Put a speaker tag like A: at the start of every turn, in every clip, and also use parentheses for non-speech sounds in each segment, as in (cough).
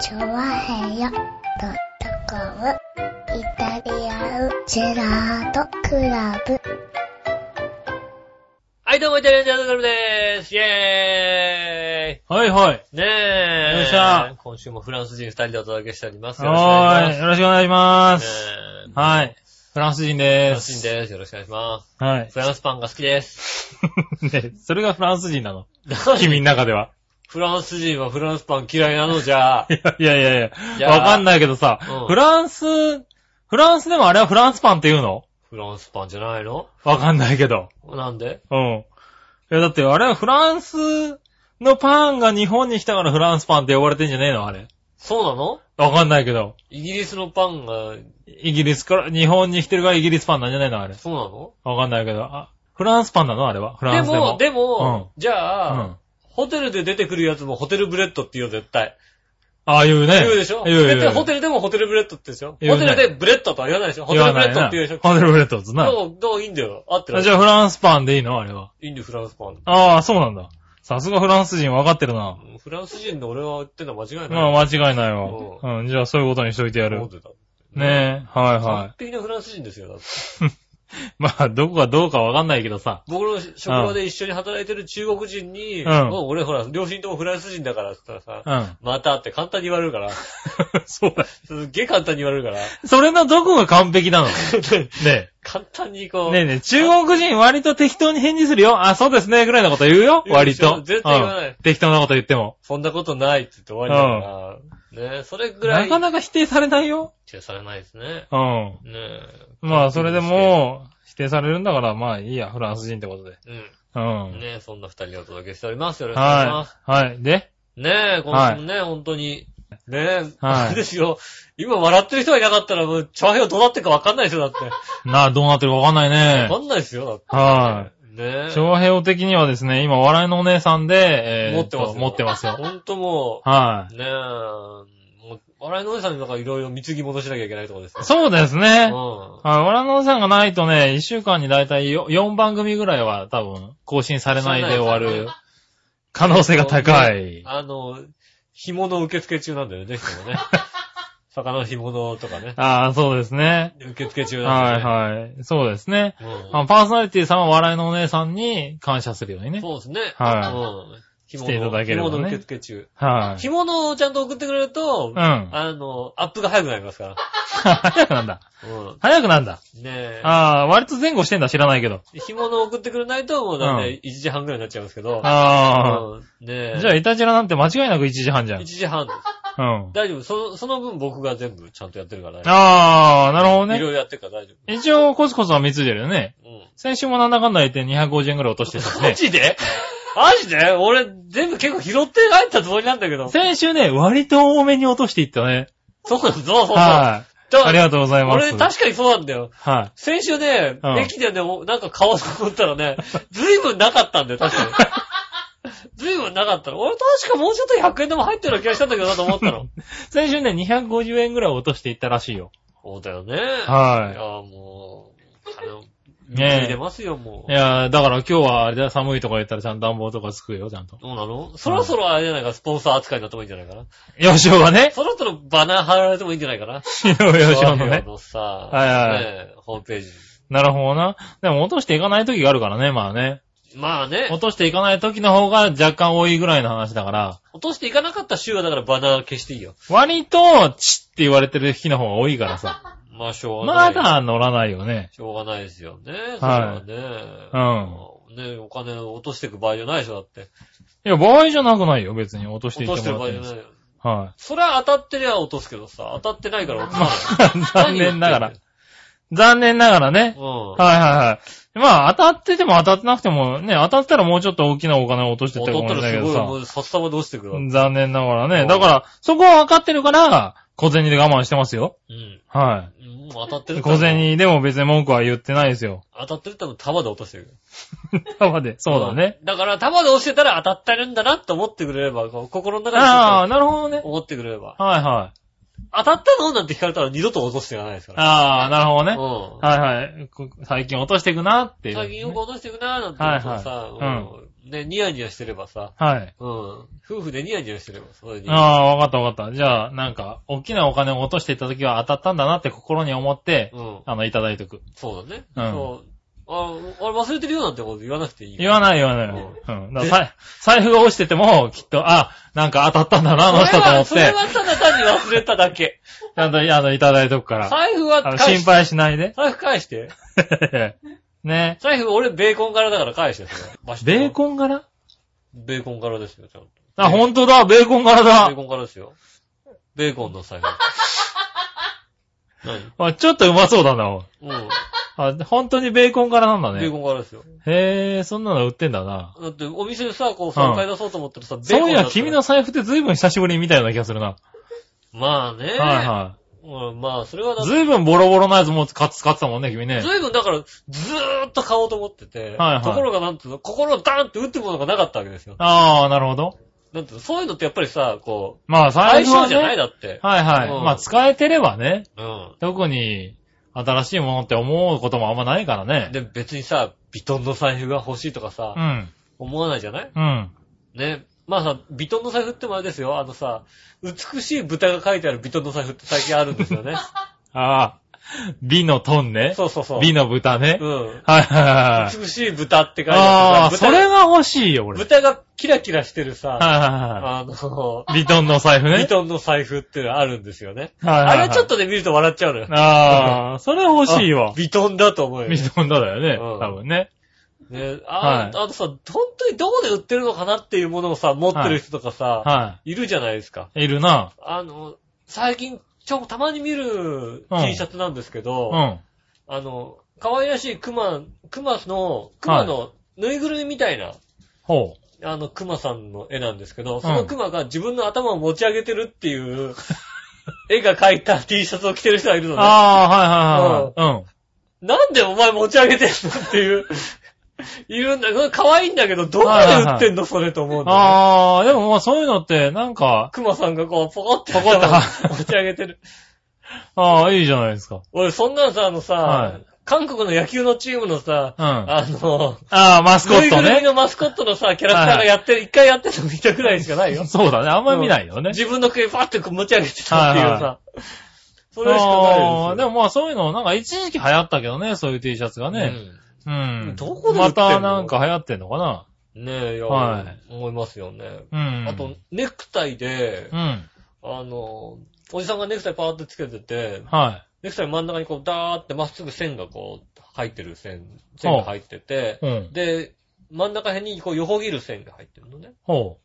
A: チョワヘヨドットコムイタリアンジェラートクラブ。
B: はい、どうも、イタリアンジャーナルでーすイェー
C: はいはい。
B: イねえ。
C: よっしゃ
B: 今週もフランス人二人でお届けしております。よろしくお願
C: はいーい。
B: し
C: よろしくお願いしま
B: ます。
C: す。
B: ねえ
C: はい。フランス人
B: フ
C: で
B: ランス
C: す。
B: 人です。よろしくお願いします。
C: はい。
B: フランスパンが好きです。
C: (laughs) ねそれがフランス人
B: (laughs)
C: なの。君の中では。
B: フランス人はフランスパン嫌いなのじゃあ。
C: いやい
B: い
C: やい
B: や
C: や。わかんないけどさ
B: うん、
C: フランス、フランスでもあれはフランスパンって言うの
B: フランスパンじゃないの
C: わかんないけど。
B: なんで
C: うん。いやだってあれはフランスのパンが日本に来たからフランスパンって呼ばれてんじゃねえのあれ。
B: そうなの
C: わかんないけど。
B: イギリスのパンが、
C: イギリスから、日本に来てるからイギリスパンなんじゃないのあれ。
B: そうなの
C: わかんないけど。あ、フランスパンなのあれは。フランスでも。
B: でも、じゃあ、
C: うん。
B: ホテルで出てくるやつもホテルブレッドって言うよ、絶対。
C: ああ、言うね。
B: 言うでしょ
C: 言う言う
B: 絶対ホテルでもホテルブレッドって言うんですよ。
C: 言
B: ホ
C: う
B: テ
C: ね
B: ルでブレッドとは言わないでしょホテルブレッドって言うでしょ
C: ホテルブレッドってな。
B: どう、どういいんだよ。合ってる
C: あじ。ゃあフランスパンでいいのあれは。
B: インドフランスパン。
C: ああ、そうなんだ。さすがフランス人分かってるな。
B: フランス人の俺は言ってんのは間違いない。
C: まあ、間違いないわ。うん、じゃあそういうことにしといてや
B: 思
C: る
B: っ。てた。
C: ねえ、はいは
B: 完璧なフランス人ですよ。だって
C: い。まあ、どこがどうか分かんないけどさ。
B: 僕の職場で一緒に働いてる中国人に、
C: うん
B: もう俺ほら、両親ともフランス人だからって言ったら
C: う
B: さ、
C: ん。
B: またって簡単に言われるから、
C: (laughs) そうだ。
B: すっげえ簡単に言われ
C: (laughs)
B: るから、
C: それのどこが完璧な
B: (laughs)
C: のね
B: 簡単に
C: え。
B: こう。
C: ねえねえ、中国人割と適当に返事するよ。あ、そうですね、ぐらいのこと言う
B: 言
C: よ。
B: うで
C: 割
B: しょ
C: と。
B: 絶対言わない
C: うん適当なこと言っても。
B: そんなことないって言って終わりだから、ねえ、それぐら、
C: ないかなか否定されないよ。
B: 否定されないですね。
C: うん。
B: ね
C: まあ、それでも、否定されるんだから、まあいいや、フランス人ってことで。
B: え、う
C: う
B: ん。ね
C: ん。
B: え、そんな二人でお届けしております。よろしくお願いします。
C: はい。はい。で、
B: ねえ、今週もね、本当に。ねえ、
C: はい
B: あれですよ。今笑ってる人がいなかったら、もう、チャーヘどうなってるかわかんないですよ、だって。
C: なあ、どうなってるかわかんないね
B: わ。かんないですよ、だって。
C: は
B: ね
C: い。
B: え。
C: 長平的にはですね、今、笑いのお姉さんで、えー
B: 持ってますよ
C: 持ってますよ。
B: ほんとも
C: は
B: う、ねえ、もう、笑いのおじさんの中いろいろ貢ぎ戻しなきゃいけないところですね。
C: い。そうですね。
B: うん。
C: はい。笑いのお姉さんがないとね、一週間にだいたい4番組ぐらいは多分、更新されないで終わる可能性が高い。
B: あの、干物受付中なんだよね、人
C: (laughs)
B: もね。魚の干物とかね。
C: ああ、そうですね。
B: 受付中な
C: は
B: ん
C: い
B: だよね。
C: はい。そうですね。
B: うん
C: あのパーソナリティさんは笑いのお姉さんに感謝するようにね。
B: そうですね。
C: はい
B: うん。干
C: 来ていただければ
B: 干
C: ね
B: 物受付中。
C: はい。
B: 干物をちゃんと送ってくれると、
C: うん。 (laughs) 早
B: あの、アップが早くなりますから。
C: くなんだ。
B: う
C: 早くなんだ。
B: ん。ねえ。
C: ああ、割と前後してんだ、知らないけど。
B: 干物を送ってくれないと、もうだって1時半ぐらいになっちゃうんですけど。
C: あ
B: うんね
C: あ。
B: え。
C: じゃあ、イタジラなんて間違いなく1時半じゃん。
B: 1
C: うん。
B: 時半です。大丈夫。その、その分僕が全部ちゃんとやってるからね。
C: ああ、なるほど
B: い
C: ね。
B: ろいろやってるから大丈
C: 一応、コツコツは見ついてるよね。
B: 夫。うん。
C: 先週もなんだかんだ言って250円ぐらい落としてたし
B: マ (laughs)
C: ね。
B: ジでマジで俺、全部結構拾って帰ったつもりなんだけど。
C: 先週ね、割と多めに落としていったね。
B: そうそうそうそう。
C: はい。あり
B: と
C: がとうございうます。
B: 俺、確かにそうなんだよ。
C: は
B: 先週ね、
C: うん
B: 駅でね、おなんか買おうと思ったら
C: (laughs)
B: ね、ずいぶんなかったんだよ、確かに。ずいぶんなかったの。俺確かもうちょっと100円でも入ってるような気がしたんだけどなと思った
C: (laughs)
B: の。
C: い。先週ね、250円ぐらい落としていったらしいよ。
B: そうだよね。いや、
C: は
B: もう、あの、
C: ねえ
B: 見れますよ、も
C: い。
B: う
C: い。やーだから今日はあれだ、寒いとか言ったらちゃんと暖房とかつくよ、ちゃんと。
B: どうなのそろそろあれじゃないか、スポンサー扱いになってもいいんじゃないかな。
C: よしおが
B: (laughs)
C: ね。
B: そろそろバナー貼られてもいいんじゃないかな。
C: よしお
B: 商
C: のね
B: 標。のさ、
C: いはい
B: ねえホームページ。
C: なるほどな。でも落としていかない時があるからね、まあね。
B: まあね、
C: 落としていかない時の方が若干多いぐらいの話だから、
B: 落としていかなかった週はだからバナー消していいよ。
C: 割と、チッって言われてる日の方が多いか
B: (laughs)
C: らさ。
B: まあしょうがな
C: ま
B: い。
C: だ乗らないよね。
B: しょうがないですよね。
C: はい
B: それ
C: う
B: はね。
C: ん。
B: ねお金を落としていく場合じゃないでしょ、だって。
C: いや、場合じゃなくないよ、別に。落として
B: 落
C: いっ
B: としててる
C: も
B: 場
C: らっ
B: 合
C: て
B: じゃ
C: も
B: ないよ。
C: は
B: それは当たってりゃ落とすけどさ、当たってないから落とさ (laughs)
C: い。
B: ない。
C: 残念ながら。残念ながらね
B: う。ん。
C: はいはいはい。まあ、当たってても当たってなくても、ね、当たったらもうちょっと大きなお金を落としてっ
B: 当
C: たかも
B: た
C: し
B: っ
C: れ
B: た
C: な
B: ら
C: い
B: す
C: け
B: ごい、も。
C: どさ
B: うさっさまで落ちてくるわ。うん。
C: 残念ながら
B: う
C: ね。
B: ん
C: だから、そこは分かってるから、小銭で我慢してますよ。はい。
B: もう当たってるから
C: 小。銭でも別に文句は言ってないですよ。
B: 当たってるっても束で落としてる。
C: 束で。そうだね。
B: ん。だから束で落ちてたら当たってるんだなって思ってくれれば、こう心の中でちょっと
C: ああ、なるほどね。
B: 思ってくれれば。
C: はいはい。
B: 当たったのなんて聞かれたら二度と落としていかないですから。
C: ああ、なるほどね。
B: う
C: はいはいこ。最近落としていくなって
B: ん。
C: いう。
B: 最近よく落としていくなーなんて
C: は
B: 言
C: いう
B: とさ、
C: はい
B: ね、ニヤニヤしてればさ、
C: はい。
B: うん。夫婦でニヤニヤしてれば、それに。
C: ああ、わかったわかった。じゃあ、なんか、大きなお金を落としていった時は当たったんだなって心に思って、
B: うん。
C: あの、いただいとく。
B: そうだね。
C: うん
B: そう。あ、俺忘れてるよなんてこと言わなくていい。
C: 言わ
B: な
C: ない言わない。うん。だからさい財布が落ちてても、きっと、あ、なんか当たったんだな、あの人と思っ
B: それ
C: て、
B: はただ単に忘れただけ。
C: ちゃんと、あの、いただいとくから。
B: 財布は
C: あの
B: 返
C: 心
B: して。
C: 配しな
B: (laughs)
C: いで。
B: 財布返して。
C: ね。
B: 財布、俺ベーコン柄だから返して。それ場所
C: ベーコン柄
B: ベーコン柄ですよ、ちゃんと。
C: あ、ほんとだ、ベーコン柄
B: ベー
C: だ。
B: コン柄ですよ。ベーコンの
C: (laughs)
B: 財布。何
C: あ、ちょっとうまそうだな。おい
B: うん。
C: あ、本当にベーコン柄なんだ
B: ベー
C: ね。
B: コン柄ですよ。
C: へえ、そんなの売ってんだな。
B: だって、お店でさ、こう
C: う
B: さ
C: ん、
B: 買い出そうと思ったらさ、ベーコン
C: そうい
B: だった
C: や、
B: ら
C: 君の。財布って随分久しぶりに見たような気がするな。
B: まあね。
C: はいは
B: うんまあ、それはだ
C: い。
B: ず
C: 随分ボロボロなやつも使って使ってたもんね、君ね。
B: いぶんだから、ずーっと買おうと思ってて、
C: はいはい
B: ところがなんつうの、心をダーンって打ってくものがなかったわけですよ。
C: ああ、なるほど。
B: なんつうの、そういうのってやっぱりさ、こ
C: まあ、
B: う、相
C: 財布は
B: 性じゃない
C: ね。
B: だって。
C: はいはい。
B: うん
C: まあ、使えてればね。
B: う
C: 特に、新しいものって思うこともあんまないから
B: ん。
C: ね。
B: で、別にさ、ビトンの財布が欲しいとかさ
C: う、ん。
B: 思わないじゃない
C: うん。
B: ね。まあさ、ビトンの財布ってもあれですよ、あのさ、美しい豚が書いてあるビトンの財布って最近あるんですよ
C: (laughs)
B: ね。
C: ああ。美のトンね。
B: そうそうそう。
C: 美の豚ね。
B: うん。
C: はいはいはいはい。
B: 美しい豚って書いて
C: あ
B: あ
C: あ、
B: る
C: それが欲しいよ、俺。はい
B: 豚がキラキラしてるさ、
C: はいは
B: あの、
C: い。リトンの財布ね。
B: ビトンの財布っていうのがあるんですよね。
C: はいはい
B: あ
C: はい
B: れちょっとね、見ると笑っちゃうのよ。
C: ああ、それ欲しい
B: あ
C: わ。
B: ビトンだと思うよ。
C: ミトンだだよね、
B: うん
C: 多分ね。
B: ね、あ,、
C: は
B: あとさ、本当にどこで売ってるのかなっていうものをさ、持ってる人とかさ、、
C: はい
B: るじゃないですか。
C: い。いるな。
B: あの、最近、ちょ、たまに見る
C: うん
B: T シャツなんですけど、
C: うん。
B: あの、可愛らしい熊、熊の、熊のぬいぐるみみたいな、
C: ほう。
B: あの、熊さんの絵なんですけど、その熊が自分の頭を持ち上げてるっていう、 (laughs) 絵が描いた T シャツを着てる人がいるのね。
C: ああ、はいはいはいはい。
B: なんでお前持ち上げてんのっていう、 (laughs) いるんだけど、可愛いんだけど、どこで売ってんのそれと思
C: う
B: うん
C: ん。
B: だよね。
C: ああ、でもまあそういうのって、なんか、
B: 熊さんがこう、ポコって、
C: ポコッと
B: 持ち上げてる。
C: ああ、いいじゃないですか。
B: 俺、そんなんさ、あのさ、
C: はい
B: 韓国の野球のチームのさ、
C: うん。あ
B: あの、
C: あ、マスコ
B: ぬ
C: ッ
B: いぐ
C: ト
B: るみ
C: ね。
B: のマスコットのさ、キャラクターがやってる、一回やってるの見たくらいしかないよ。
C: そうだね、あんまり見ないよね。
B: 自分の首パッてこう持ち上げてたっていう
C: はい
B: さ、それしかない
C: ああ
B: です
C: で
B: よ。
C: もまあそういうの、なんか一時期流行ったけどね、そういう T シャツがね。うん。
B: どこで売
C: ま
B: ってんの
C: たなんか流行ってんのかな
B: うん。ねえ、いや、
C: はい
B: 思いますよね。
C: うん。
B: あと、、ネクタイで
C: う、ん。
B: あの、おじさんがネクタイパーってつけてて、
C: は
B: ネクタイ真ん中にこう、ダーってまっすぐ線がこう、入ってる線、線が入ってて
C: い。、うん。
B: で、真ん中辺にこう、横切る線が入ってるのね。
C: ほ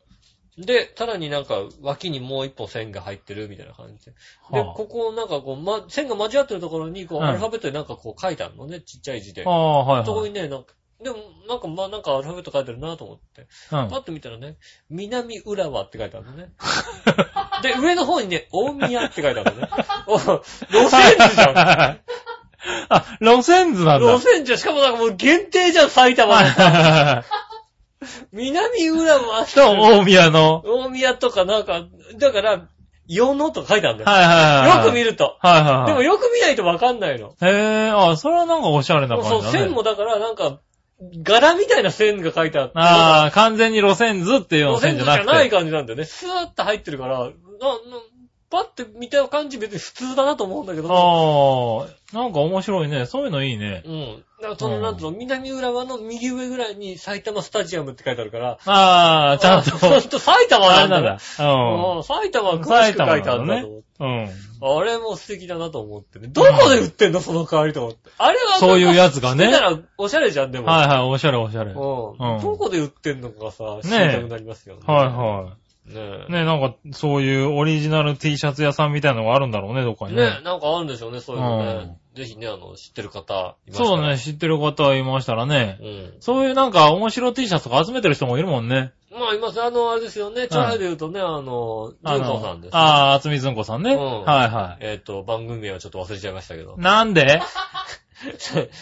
C: う。
B: で、さらになんか、脇にもう一本線が入ってるみたいな感じで。で、
C: はあ
B: ここなんかこう、ま、線が交わってるところに、こう、
C: うん
B: アルファベットでなんかこう書いてあるのね、ちっちゃい字で
C: あ。あ、はい
B: そこ
C: はい。
B: にね、なんか、でも、なんか、まあ、なんかアルファベット書いてるなと思って。
C: うん
B: パ。ッと見たらね、南浦和って書いてあるのね。 (laughs) で、上の方にね、大宮って書いてあ
C: (laughs)
B: るのね。お路線図じゃん。
C: あ、路線図なんだ。
B: 路線図じゃん。しかもなんかもう限定じゃん、埼玉の。南浦和
C: しかも、大宮の。
B: 大宮とかなんか、だから、与野とか書いてあるんだよ。
C: はいはいはい。
B: よく見
C: る。
B: ると。
C: はいはいはい。
B: でもよく見ないとわかんないの。
C: へえ、あ、それはなんかおしゃれな
B: そ
C: 感
B: う、
C: じだ
B: 線
C: ね。
B: もだからなんか、柄みたいな線が書いてあって。
C: ああ、完全に路線図っていうの
B: 路
C: 線
B: 線
C: じ
B: 図じ
C: ゃな
B: ゃ
C: く
B: ない
C: て。
B: 感じなんだよね。スーッと入ってるから、な、な、パッて見た感じ別に普通だなと思うんだけども。
C: ああ、なんか面白いね。そういうのいいね。
B: うん。だからその、なんつうの、南浦和の右上ぐらいに埼玉スタジアムって書いてあるから。
C: ああ、ちゃんと。
B: ほんと埼玉
C: あ
B: な
C: れ
B: ん
C: な
B: だ
C: ん
B: よ
C: だ。。う
B: うん埼玉は詳しく書いてあるんだと思って。
C: ん。うん。
B: あれも素敵だなと思ってね。どこで売ってんのその代わりと思って。あれは
C: そういうやつがね
B: 見たらおしゃれじゃん、でも。
C: はいはい、おしゃれおしゃれ。
B: うん。
C: はいうん
B: どこで売ってんのかさ、知り
C: ねえ
B: たくなりますよね。。
C: はい
B: ね
C: い。ねなんか、そういうオリジナル T シャツ屋さんみたいのがあるんだろうね、どっか
B: え。
C: に
B: ね
C: ね
B: え、。なんかあるんでしょうね、そういうのね。ぜひね、あの、知ってる方、いましたら
C: そうね、。知ってる方いましたらね。
B: うん。
C: そういうなんか面白 T シャツとか集めてる人もいるもんね。
B: まあ、います。あの、あれですよね、チャラで言うとね、あの、
C: あ
B: ズン
C: の
B: コさんです。
C: ああ、厚みずんこさんね。
B: うん
C: はいは
B: えっと、番組名はちょっと忘れちゃいましたけど
C: い。。なんで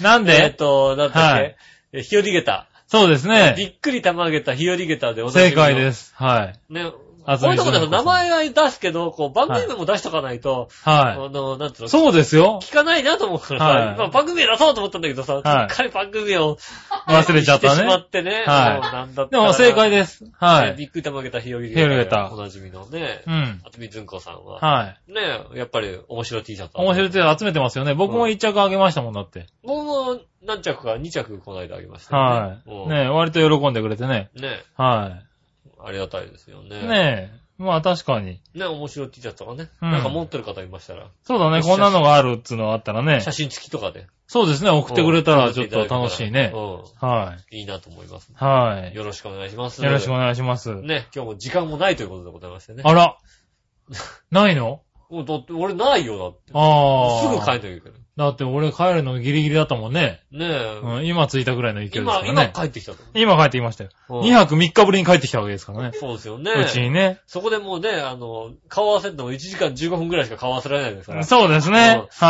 C: なん
B: えっ
C: (laughs) で
B: と、なんだっ
C: は
B: け
C: い
B: え日和げた。
C: そうですね。
B: びっくり玉げた、日和げたでおなじみの
C: 正解です。はい。
B: ね、
C: あ
B: こういうとこでも名前は出すけど、こう、番組名も出しとかないと、
C: は
B: あの、なんつう
C: い。
B: の、
C: そうですよ。
B: 聞かないなと思うからさ、
C: はい
B: まあ番組名出そうと思ったんだけどさ、
C: は
B: はいすっかり番組名を
C: 忘れちゃっ
B: して
C: た
B: しま
C: ね。
B: ってね。
C: はい
B: もうなんだった
C: で
B: ら
C: も正解です。は
B: ね
C: い。
B: びっくりたまげたひよげ
C: ひよげた
B: おなじみのね
C: う。ん。
B: あつみずんこさんは。
C: はい。
B: ねやっぱり面白い T シャツ。
C: 面白い手集めてますよね。僕も一着あげましたもんだって。
B: 僕も何着か2着この間あげました
C: は
B: よ
C: い。ねえ割と喜んでくれてね。
B: うんね
C: は
B: ありがたいですよね。
C: い。ねえ。まあ確かに。
B: ね面白い T シャツとかね。
C: うん
B: なんか持ってる方いましたら、
C: そうだね、こんなのがあるっつうのあったらね
B: 写。真付きとかで。
C: そうですね、送ってくれた
B: う
C: ら
B: ん
C: ちょっと楽しいね。
B: う
C: は
B: ん。いいなと思います
C: い。。はい。
B: よろしくお願いします。
C: よろしくお願いします。
B: ね、今日も時間もないということでございましてね。(laughs)
C: あら。ないの
B: もうだって俺ないよ、だって。
C: あ
B: す
C: あ。
B: ぐ帰んなきゃいけない。
C: だって俺帰るのギリギリだったもんね。
B: ねえ。
C: うん、今着いたぐらいの勢いですか
B: 今、
C: ら
B: 今
C: ね。
B: 帰ってきたと。
C: 今帰ってきましたよ。
B: うん
C: 2泊3日ぶりに帰ってきたわけですからね。
B: そうですよ
C: うち
B: ね。
C: にね。
B: そこでもうね、あの、顔合わせても1時間15分ぐらいしか顔合わせられないですから。
C: そうですね。は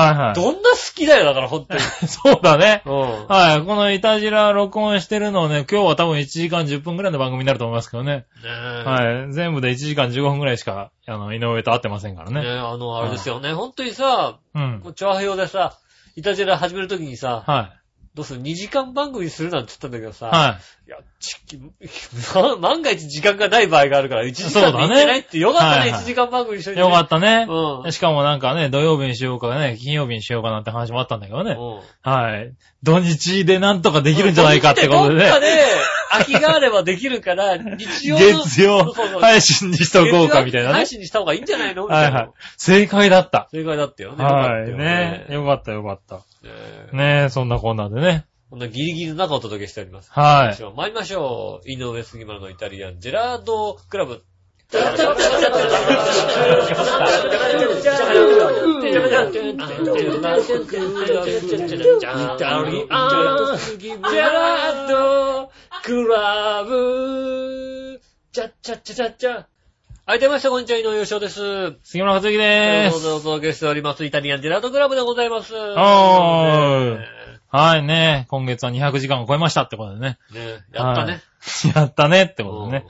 C: いはい。
B: どんな好きだよ、だから、ほんとに。
C: (laughs) そうだね。
B: う
C: はい。このイタジラ録音してるのをね、今日は多分1時間10分ぐらいの番組になると思いますけどね。
B: ん。ねえ。
C: はい。全部で1時間15分ぐらいしか、あの、井上と会ってませんから
B: ね
C: ね。
B: え、あの、あれですよね。ほんとにさ、
C: うん。
B: チョアヘヨでさ、イタジェラ始めるときにさ、
C: は
B: どうする ?2 時間番組するなんて言ったんだけどさ、
C: い。はい
B: や、ち (laughs) き、ま万が一時間がない場合があるから、1時
C: そう
B: 間で行
C: だね
B: ってないって、よかった
C: はい
B: ね、
C: はい
B: 1時間番組一緒に、
C: い。
B: ね。
C: よか
B: っ
C: ったね。
B: うん。
C: しかもなんかね、土曜日にしようかね、金曜日にしようかなって話もあったんだけどね。
B: うん
C: はい。土日でなんとかできるんじゃないかってことで
B: どっか
C: ね。
B: で、空きがあればできるから、日曜の。
C: 月曜
B: そうそう
C: 配信にしとこうかみたいなね
B: 配。信にした方がいいんじゃないのみた
C: はいいは。。
B: ない
C: 正解だった。
B: 正解だったよね。
C: はい。
B: よか
C: ね
B: ったよ
C: よかったよかった。
B: ねえ
C: ねえ、そんなこんなでね。
B: こんなギリギリの中をお届けしております。
C: は
B: では参りましょう。井上杉村のイタリアンジェラードクラブ。はい、出ました、こんにちは、井上洋翔です。
C: い。杉村和之
B: え
C: で
B: ー、
C: す。
B: お届けしております、イタリアンジェラートクラブでございます。
C: ー
B: ね
C: はいね。今月は200時間を超えましたってことでね。 (laughs)
B: えねえやったね。
C: やったねってことでね。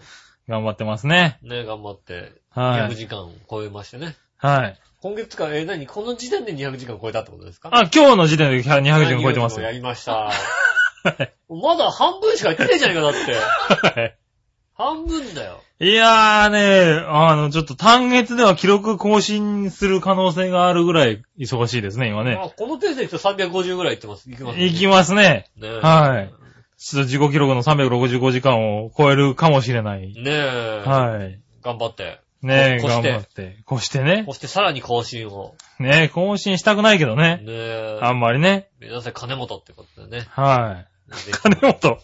C: 頑張ってますね。
B: うん。ねえ頑張って、
C: は
B: 200
C: い。
B: 時間を超えましてね。
C: はい。
B: 今月か、えー、何この時点で200時間超えたってことですか
C: あ、今日の時点で200時
B: 200
C: 間超えてますよ
B: や。りま
C: (laughs)
B: した。まだ半分しか行ってないじゃないか、だって。
C: はい
B: 半分だよ。
C: (laughs) いやーね、あの、ちょっと単月では記録更新する可能性があるぐらい忙しいですね、今ね。
B: あこのペースで行くと350ぐらい行ってます。行きます、ね。
C: いきますね。
B: ねえ
C: はい。ちょっと自己記録の365時間を超えるかもしれな
B: ね
C: い。
B: え。
C: はい。
B: 頑張って。
C: ねえ、
B: こ越し
C: 頑
B: て
C: 張って。越してね
B: そ。してさらに更新を。
C: ねえ、更新したくないけど
B: ね
C: ね。
B: え。
C: あんまりね。
B: 目指せ金本ってことでね。
C: は
B: ぜひ
C: い。金本。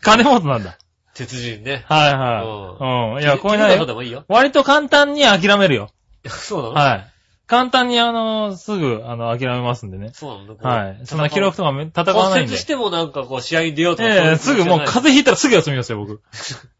C: 金本なんだ。
B: 鉄人ね。
C: はいはい。うん。いや、超え
B: れ
C: ない
B: そう
C: よ。
B: でもいいよ。 (laughs)
C: 割と簡単に諦めるよ。
B: そうなの
C: はい。簡単にあの、すぐ、あの、諦めますんでね。
B: そうなの
C: はい。そんな記録とかめ戦わな
B: 骨
C: いんで
B: 折し。てもなんかこう試合に出ようとか。そうい
C: ええ、
B: 気持
C: す
B: ちじ
C: ぐ
B: ゃ
C: もう
B: ない
C: 風邪ひいたらすぐ休みますよ、
B: (laughs)
C: 僕。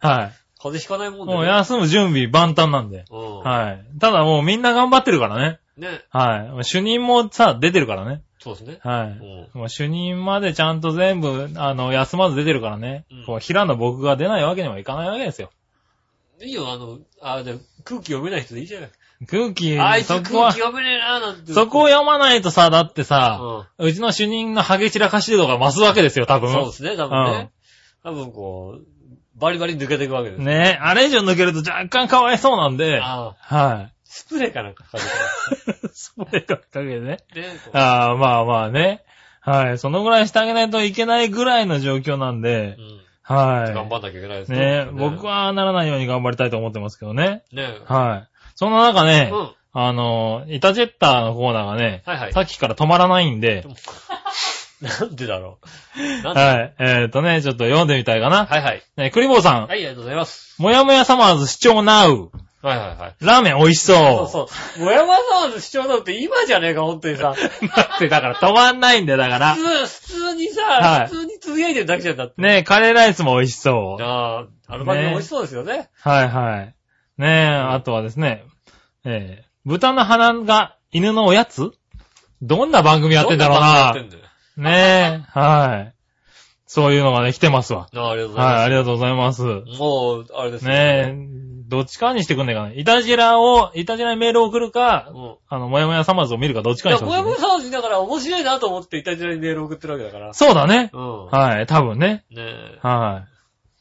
C: は
B: 風邪ひかないも
C: い。
B: んね。
C: もう休む準備万端なんで。
B: うん。
C: はい。ただもうみんな頑張ってるからね。
B: ね。
C: はい。主任もさ、出てるからね。
B: そうですね。
C: は
B: う
C: い。
B: ん。
C: もう主任までちゃんと全部、あの、休まず出てるからね。
B: うん
C: こう、平野僕が出ないわけにはいかないわけですよ。
B: いいよ、あの、あで空気読めない人でいいじゃない。
C: 空気、
B: あいつ
C: そ
B: 空
C: こは
B: 気、読めねえな、なんて。
C: そこを読まないとさ、だってさ、
B: う
C: うちの主任のハゲ散らかし度が増すわけですよ、多
B: ん。そうで
C: 分。
B: すね、多分ね。多分こう、バリバリ抜けていくわけです。
C: ねえ、あれ以上抜けると若干かわいそうなんで、
B: ああ、
C: は
B: (laughs) スプレーかなんかかけ
C: い。それがかけてね。
B: て。ね。こう
C: ああ、まあまあね。はい。そのぐらいしてあげないといけないぐらいの状況なんで
B: う、ん。
C: はい。
B: 頑張んなきゃいけないです
C: ねえ、僕。はならないように頑張りたいと思ってますけどね。
B: ね
C: はい。そんな中ね、
B: うん。は
C: あの、イタジェッターのコーナーがね、
B: いはい
C: さ。っきから止まらないんで
B: で、もなんでだろう。なんで
C: はい。えっ、とね、ちょっと読んでみたいかな。
B: はいはい。
C: ね、クリボーさん、
B: はい、ありがとうございます。
C: もやもやサマーズ視聴ナウ。
B: はいはいはい。
C: ラーメン美味しそう。
B: そうそう。もやまさまの主張だって今じゃねえか、本当
C: (laughs)
B: にさ。
C: だってだから止まんないんで、だから
B: 普。通、普通にさ、
C: はい
B: 普通につぶやいてるだけじゃんだって。
C: ねカレーライスも美味しそう。
B: ああ、あの番組美味しそうですよね。
C: はいはい。ねえ、あとはですね、えー豚の鼻が犬のおやつどんな番組やってんだろうな。
B: どんな番組やってんだよ
C: ねえ、はい。そういうのがね、来てますわ。
B: あありがとうござい
C: はい、
B: ま
C: ありがとうございます。
B: す。もう、あれです
C: ねえ、どっちかにしてくんねえかね。いたじらを、いたじらにメールを送るか、
B: も
C: あの、もやもやサマーズを見るかどっ
B: う。
C: ち
B: い
C: かに
B: や、
C: して
B: 小
C: ほしいね、
B: 山さんだから面白いなと思っていたじらにメール送ってるわけだから。
C: そうだね。
B: うん。
C: はい、多分ね。
B: ねえ。
C: は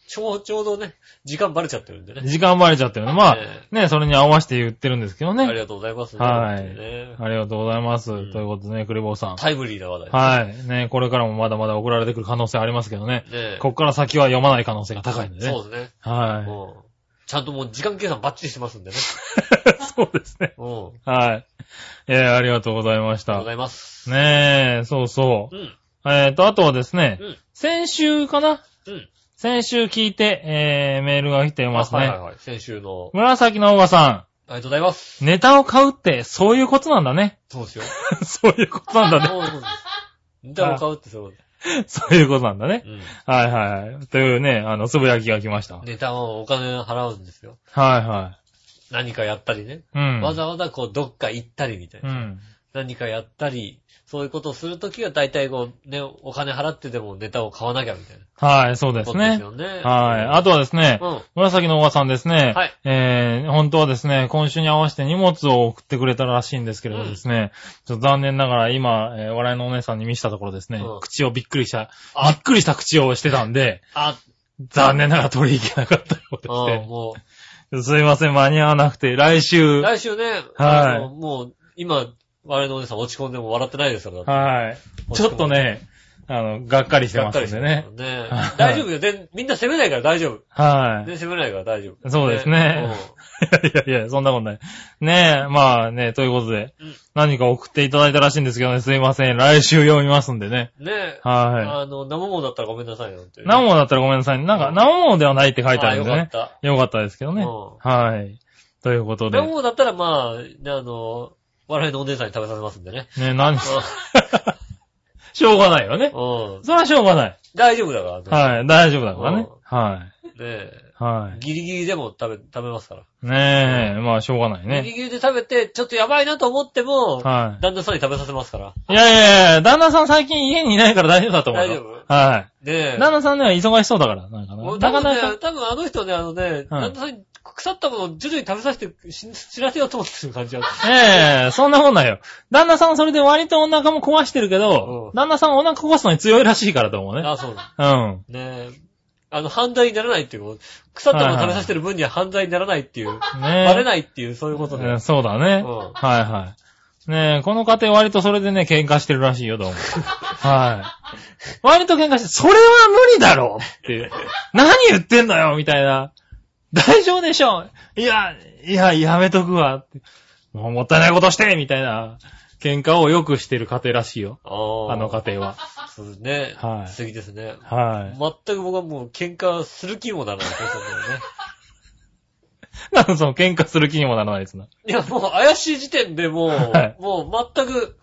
B: ちょう、ちょうどね、時間バレちゃってるんで
C: い。
B: ね。
C: 時間バレちゃってるね。まあ
B: え、
C: ね、それに合わせて言ってるんですけどね。
B: ありがとうございますね。
C: は
B: 本
C: い
B: 当にね
C: ありがとうございます。
B: ん
C: ということでね、クリボーさん。
B: タイムリーな話題です。
C: はい。ね、これからもまだまだ送られてくる可能性ありますけどね。
B: ねえ。
C: こっから先は読まない可能性が高いんでね。
B: そうですね。
C: は
B: うんちゃんともう時間計算バッチリしてますんでね。
C: い。 (laughs) そうですね。
B: うん。あり
C: はい。えー、ありがとうございまし
B: がとうご。
C: た
B: ざいます。
C: ねえ、そうそうう。
B: ん。
C: えーと、あとはですね、
B: うん
C: 先週かな
B: うん。
C: 先週聞いて、えー、メールが来てますね。
B: はいはいはい。先週の。
C: 紫のおばさ
B: ありがとうございます。
C: ん、ネタを買うって、そういうことなんだね。 (laughs)
B: そうですよ。
C: そういうことなんだね。
B: そうそう (laughs) です。ネタを買うってそうです。
C: そういうことなんだね
B: う。ん。
C: はいはいはい。というね、あの、つぶやきが来ました。はい
B: ネタをお金払うんですよ。
C: は
B: 何かやったりね。
C: い。うん。
B: わざわざこう、どっか行ったりみたいうな。
C: ん。
B: 何かやったり、そういうことをするときは大体こう、ね、お金払ってでもネタを買わなきゃみたいな。
C: はい、そうで
B: こ
C: すね。
B: とですよね。
C: はい。あとはですね、
B: うん。
C: 紫のおばさんですね。
B: はい
C: えー、本当はですね、今週に合わせて荷物を送ってくれたらしいんですけれどですね、ちょっと残念ながら今、えー笑いのお姉さんに見せたところですね、
B: うん
C: 口をびっくりした、
B: あ
C: びっくりした口をしてたんで、
B: あ、
C: 残念ながら取り行けなかったよ
B: う
C: う
B: ん、
C: で
B: も
C: して、すいません、間に合わなくて、来
B: う、
C: 週、
B: 来週ね、
C: はい
B: あのもう、今、我のお姉さん落ち込んでも笑ってないですから。だっ
C: はい。ちょっとね、あの、がっかりして
B: が
C: ま
B: っか
C: す
B: り
C: ん
B: して
C: で
B: ますも。
C: ね
B: んね
C: はい
B: 大丈夫よ。で、みんな責めないから大丈夫。
C: は
B: 全
C: い。
B: 然責めないから大丈夫。
C: そうですねい (laughs) やいや、そんなことない。ねえ、まあね、ということで、
B: うん
C: 何か送っていただいたらしいんですけどね、すいません。来週読みますんでね。
B: うんねえ。
C: は
B: あの、生ものだったらごめんなさいよ。本当
C: い。
B: に
C: 何もだったらごめんなさい。なんか、何もではないって書いてあるんで
B: あよ
C: ね。
B: かった。
C: よかったですけどね。
B: う
C: はい。ということで、
B: 生
C: ね、
B: ものだったら、まあ、ねあの、笑いのお姉さんに食べさせますんでね。
C: 何、 (laughs) しょうがないよね。
B: うん。うん
C: それはしょうがない。
B: 大丈夫だから。
C: はい。大丈夫だからね。は
B: ねえ。
C: い。は
B: ギリギリでも食べ、食べますから。
C: い。ねえ、まあ、しょうがない
B: ギ
C: ね。
B: リギリで食べて、ちょっとやばいなと思っても、
C: は
B: 旦那さんに食べさせますから。
C: い。いやいやいや、旦那さん最近家にいないから大丈夫だと思うよ。
B: 大丈夫
C: はい。
B: ねえ。
C: 旦那さんね、忙しそうだから。なんか
B: も
C: な
B: う多
C: なか
B: 分ね
C: なか。
B: 多分あの人ね、あのね、
C: はい
B: 旦那さんに腐ったものを徐々に食べさせて、し知らせようと思ってる感じがある。
C: ええそんなもんないよ。旦那さんはそれで割とお腹も壊してるけど、
B: うん
C: 旦那さんはお腹壊すのに強いらしいからと思うね。
B: あ、そうだ。
C: うん。
B: ねえ。あの、犯罪にならないっていう、腐ったものを食べさせてる分には犯罪にならないっていう、
C: ねえ。
B: バレないっていう、そういうことで。
C: うんそうだね。
B: うん
C: はいはい。ねえ、この家庭割とそれでね、喧嘩してるらしいよ、どうも。はい。割と喧嘩して、それは無理だろうっていう。何言ってんのよみたいな。大丈夫でしょいや、いや、やめとくわって。もうもったいないことしてみたいな。喧嘩をよくしてる家庭らしいよ。
B: あ
C: あの家庭は。
B: 庭。そうですね。
C: はい
B: 素敵ですね。
C: はい。
B: 全く僕はもう喧嘩する気もならないですね。そんな
C: (laughs)
B: のね
C: なんかその喧嘩する気にもならないですな。
B: いや、もう怪しい時点でもう、
C: はい
B: もう全く、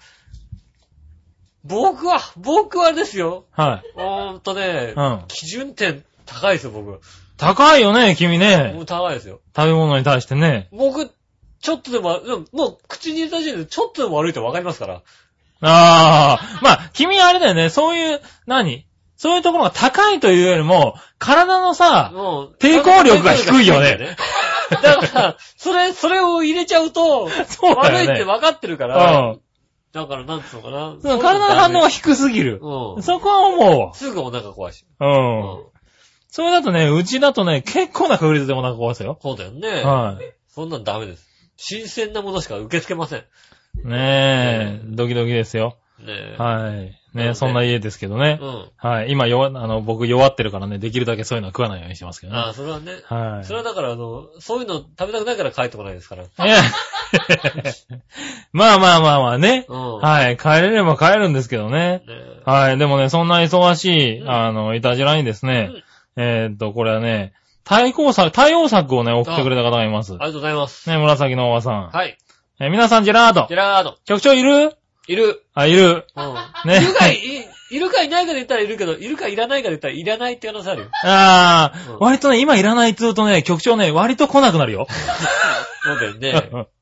B: 僕は、僕はあれですよ。
C: はい。
B: うーんとね、 (laughs)
C: うん
B: 基準点高いですよ、僕。
C: 高いよね、君ね
B: も。う高いですよ。
C: 食べ物に対してね。
B: 僕、ちょっとでも、でももう口に入れた時点でちょっとでも悪いと分かりますから。
C: ああ、まあ、君あれだよね、そういう、何そういうところが高いというよりも、体のさ、
B: もう、
C: 抵抗力が低いよ
B: 抵抗
C: ね
B: 力が低いんだよ。だから、それ、それを入れちゃうと、
C: そうだ
B: 悪
C: よね
B: いって分かってるか
C: う
B: ら、
C: ん。
B: だからなんつうのかな。
C: その体の反応が低すぎる。
B: うん。
C: そこは思うわ。
B: すぐお腹壊し。う
C: うん。。それだとね、うちだとね、結構な確率でお腹壊すよ。
B: そうだよね。
C: はい。
B: そんなんダメです。新鮮なものしか受け付けません。
C: ねえ、ドキドキですよ。
B: ねえ。
C: はい。
B: なので
C: ねそんな家ですけどね
B: う。ん。
C: はい。今弱、あの、僕弱ってるからね、できるだけそういうのは食わないようにしてますけどね。
B: ああ、それはね。
C: はい。
B: それはだから、あの、そういうの食べたくないから帰ってこないですから。
C: いや (laughs) まあまあまあまあね。
B: うん。
C: はい。帰れれば帰るんですけどね。
B: ねえ
C: はい。でもね、そんな忙しい、
B: うん
C: あの、いたじらにですね
B: うん、
C: えーっと、これはね、対抗策、対応策をね、送ってくれた方がいます。
B: ありがとうございます。
C: ね、紫のおばさん。
B: はい。
C: えー皆さん、ジェラード
B: ジェ。ラード。
C: 局長いる
B: いる。
C: あ、いる。
B: うん。
C: ね
B: いるかい、いいるかいないかで言ったらいるけど、いるかいらないかで言ったらいらないって話あるよ。
C: (laughs) あ
B: うん
C: ー、割とね、今いらないっつうとね、局長ね、割と来なくなるよ。
B: そうだよね。
C: (laughs)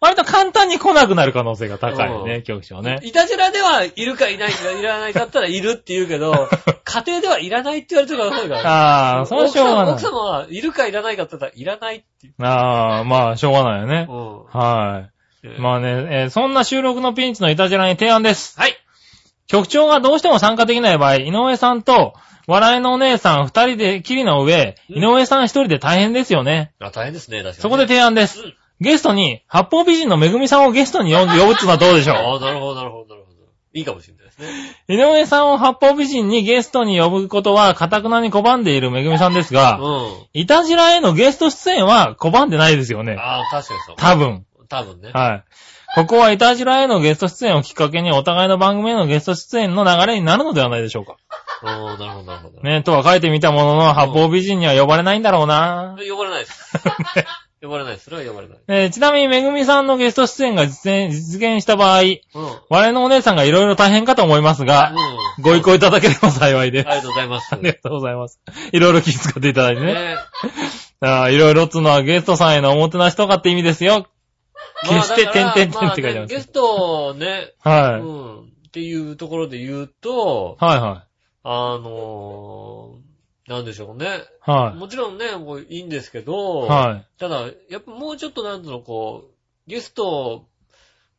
C: 割と簡単に来なくなる可能性が高いね、
B: うん
C: 局長ね。
B: いたじらでは、いるかいないか、いらないかだったらいるって言うけ
C: (laughs)
B: ど、家庭ではいらないって言われてるから、そうだ。
C: ああ、それは
B: 奥
C: しょう
B: 様
C: が
B: 奥
C: ない。
B: 様はいるかいらないかだったらいらないって言
C: ああ、まあ、しょうがないよね。
B: う。
C: は
B: うん
C: い。まあね、えーそんな収録のピンチのいたじらに提案です。
B: はい。
C: 局長がどうしても参加できない場合、井上さんと、笑いのお姉さん二人で、きりの上、
B: う
C: 井
B: ん
C: 上さん一人で大変ですよね。
B: あ、大変ですね、確かに。
C: そこで、提案です
B: うん。
C: ゲストに、八方美人のめぐみさんをゲストに呼ぶ呼ぶっていうのはどうでしょう
B: ああ、なるほど、なるほど、なるほど。いいかもしれないですね。
C: 井上さんを八方美人にゲストに呼ぶことは、かたくなに拒んでいるめぐみさんです
B: う
C: が、いたじらへのゲスト出演は拒んでないですよ
B: ん。
C: ね。
B: ああ、確かにそう。
C: 多分。
B: 多分ね。
C: はい。ここはいたじらへのゲスト出演をきっかけに、お互いの番組へのゲスト出演の流れになるのではないでしょうか。
B: おー、なるほど、なるほど。
C: ね、とは書いてみたものの、八方美人には呼ばれないんだろうな。 (laughs)
B: 呼ばれないです。呼ばれないです。それは呼ばれない。
C: えーちなみに、めぐみさんのゲスト出演が実現実現した場合、
B: うん。うん。
C: 我のお姉さんが色々大変かと思いますが、ご意向いただければ幸いです。
B: ありがとうございます。
C: ありがとうございます。いろいろ気遣っていただいてね。
B: ね
C: ああ、いろいろっつうのはゲストさんへのおもてなしとかって意味ですよ。
B: まあ
C: 決して
B: だから
C: 点々点って書いてあります
B: ねゲストをね、う
C: はい。
B: ん、っていうところで言うと、
C: はいは
B: あのー、なんでしょうね。
C: い。は
B: もちろんね、もういいんですけ
C: い。
B: ど、
C: はい。
B: ただ、やっぱもうちょっとなんつうの、こう、ゲスト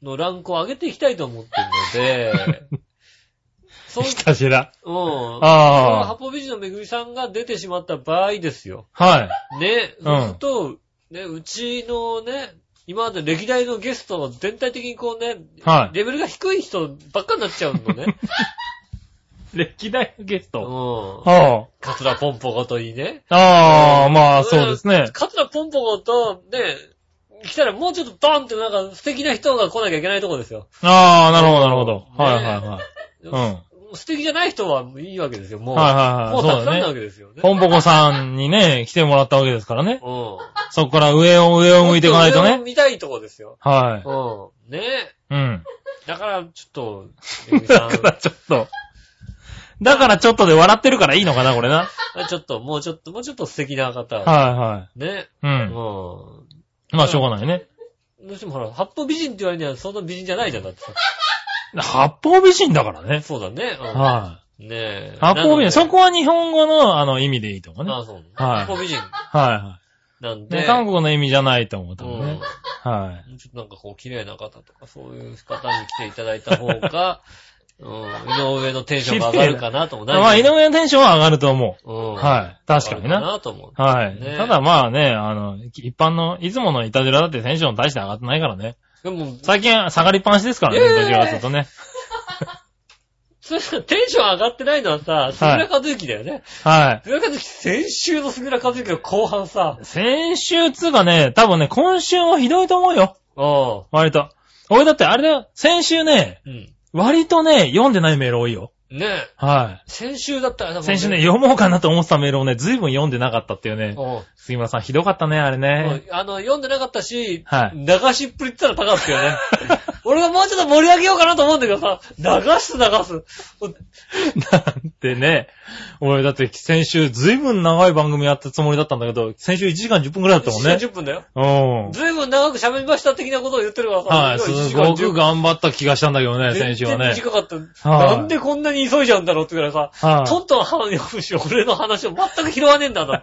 B: のランクを上げていきたいと思ってるので、
C: (laughs)
B: そう、
C: ひたしら。
B: うん。ハ
C: あ
B: ポビジのめぐみさんが出てしまった場合ですよ。
C: あ。はい。
B: ね、
C: う
B: そ
C: ん
B: うすると、ね、うちのね、今まで歴代のゲストの全体的にこうね、
C: は
B: レベルが低い人ばっかになっちゃうの
C: (laughs)
B: ね。
C: い。 (laughs) 歴代のゲス
B: う。ん。
C: は
B: カツラポンポコといいね。
C: あ。ああ、まあそうですね。
B: カツラポンポコと、ね、来たらもうちょっとバンってなんか素敵な人が来なきゃいけないとこですよ。
C: ああ、なるほど、なるほど。はいはいはい。うん。はい
B: 素敵じゃない人はいいわけですよ、もう。
C: はいは
B: も。
C: いう
B: た
C: そ
B: く
C: う
B: さんな
C: だ
B: わ
C: ね。
B: けですよね。
C: ポンポコさんにね、来てもらったわけですからね。
B: うん。
C: そこから上を上を向いていかないと
B: もっ上を
C: ね。
B: 見たいとこですよ。
C: は
B: うん。ね
C: い。うん。
B: だから、ちょっと、
C: (laughs)
B: めぐみさ
C: だ
B: ん
C: からちょっと。だからちょっとで笑ってるからいいのかな、これな。
B: ちょっと、もうちょっと、もうちょっと素敵な方を。
C: は
B: ね。
C: い
B: う
C: はい。うん
B: ん。。ど
C: まあしょうがないね。
B: うしてもほら、八方美人って言われるにはそんな美人じゃないじゃん、だってさ。
C: 八方美人だからね。
B: そうだね。うん
C: は
B: ねえ
C: い。。八方美人。そ
B: は
C: こは日本語の、あの、意味でいいと思うね。
B: あ
C: はい
B: あ、そうね。
C: はい
B: 八方美人
C: は
B: なん
C: い。ね
B: で。
C: 韓国の意味じゃないと思う、多分
B: う
C: ね
B: ん。。
C: は
B: もうちょっとなんかこう、綺麗な方とか、そういう方に来ていただいた方
C: (laughs)
B: が、うん、井上のテンションが上がるかなと思う。
C: い。まあ、井上のテンションは上がると思
B: うん。
C: う。はい。確かに
B: 上がる
C: な。
B: なと思う。
C: はい。
B: ね
C: ただまあね、あの、一般の、いつものいたずらだってテンション大して上がってないからね。
B: でも、
C: 最近下がりっぱなしですからね、
B: えー
C: どちらかというとね。
B: それさテンション上がってないのはさ、杉村和之だよね。
C: は
B: 杉村和之、先週の杉村和之の後半さ、
C: い。先週つうかね、多分ね、今週はひどいと思うよ。
B: うん。
C: 割と。俺だってあれだよ、先週ね、
B: うん。
C: 割とね、読んでないメール多いよ。
B: ねえ、
C: はい。
B: 先週だったら多分
C: 先週ね、、読もうかなと思ってたメールをね、ずいぶん読んでなかったっていうね。
B: うん
C: 杉村さん、ひどかったね、あれね。
B: あの、読んでなかったし、
C: はい
B: 流しっぷりって言ったら高橋よね。
C: (laughs)
B: 俺がもうちょっと盛り上げようかなと思うんだけどさ、流す流す。
C: なんてね。俺、だって先週、ずいぶん長い番組やったつもりだったんだけど、先週1時間10分くらいだったもんね。
B: 10分だよ。
C: う
B: ずいぶん長く喋りました的なことを言ってるからさ
C: ん。。はい、すごく
B: が
C: 頑張った気がしたんだけどね、先週はね。
B: 短かった。
C: はい
B: なんでこんなに急いじゃうんだろうってぐらいさ、ト
C: は
B: ントン話をむし、俺の話を全く拾わねえんだ
C: (laughs)
B: な。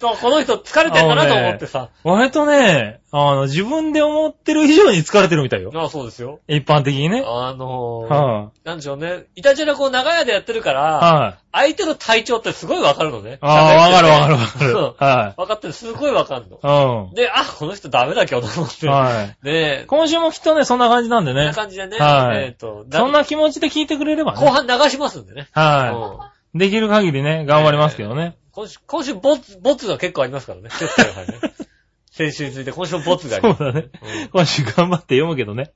B: そうこの人疲れてんだなと思ってさ
C: い。。割とね、あの、自分で思ってる以上に疲れてるみたいよ。
B: ああ、そうですよ。
C: 一般的にね。
B: あのー、
C: は
B: なんでしょうね。イタジェラこう長屋でやってるか
C: い。
B: ら、
C: はい。
B: 相手の体調ってすごいわかるのね。
C: ああ、わかるわかるわ
B: 喋っててそう
C: か
B: わかってる、すごいわかるの。
C: る。はい。
B: で、あ、この人ダメだ今日と思っ
C: う
B: て。
C: ん。はい。
B: ねえ、こ
C: 今週もきっとね、そんな感じなんで
B: んな
C: ね。
B: 感じでね、
C: はい
B: えっと、
C: そんな気持ちで聞いてくれれば
B: 後
C: ね。
B: 半流しますんでね。
C: は
B: うん
C: い。できる限りね、頑張りますけどね。
B: 今週、今週ボツ、ボツが結構ありますからね。結構やは
C: (laughs)
B: りね。先週について今週もボツがあり
C: そ
B: ます。
C: うだね。 (laughs)
B: うん
C: 今週頑張って読むけどね。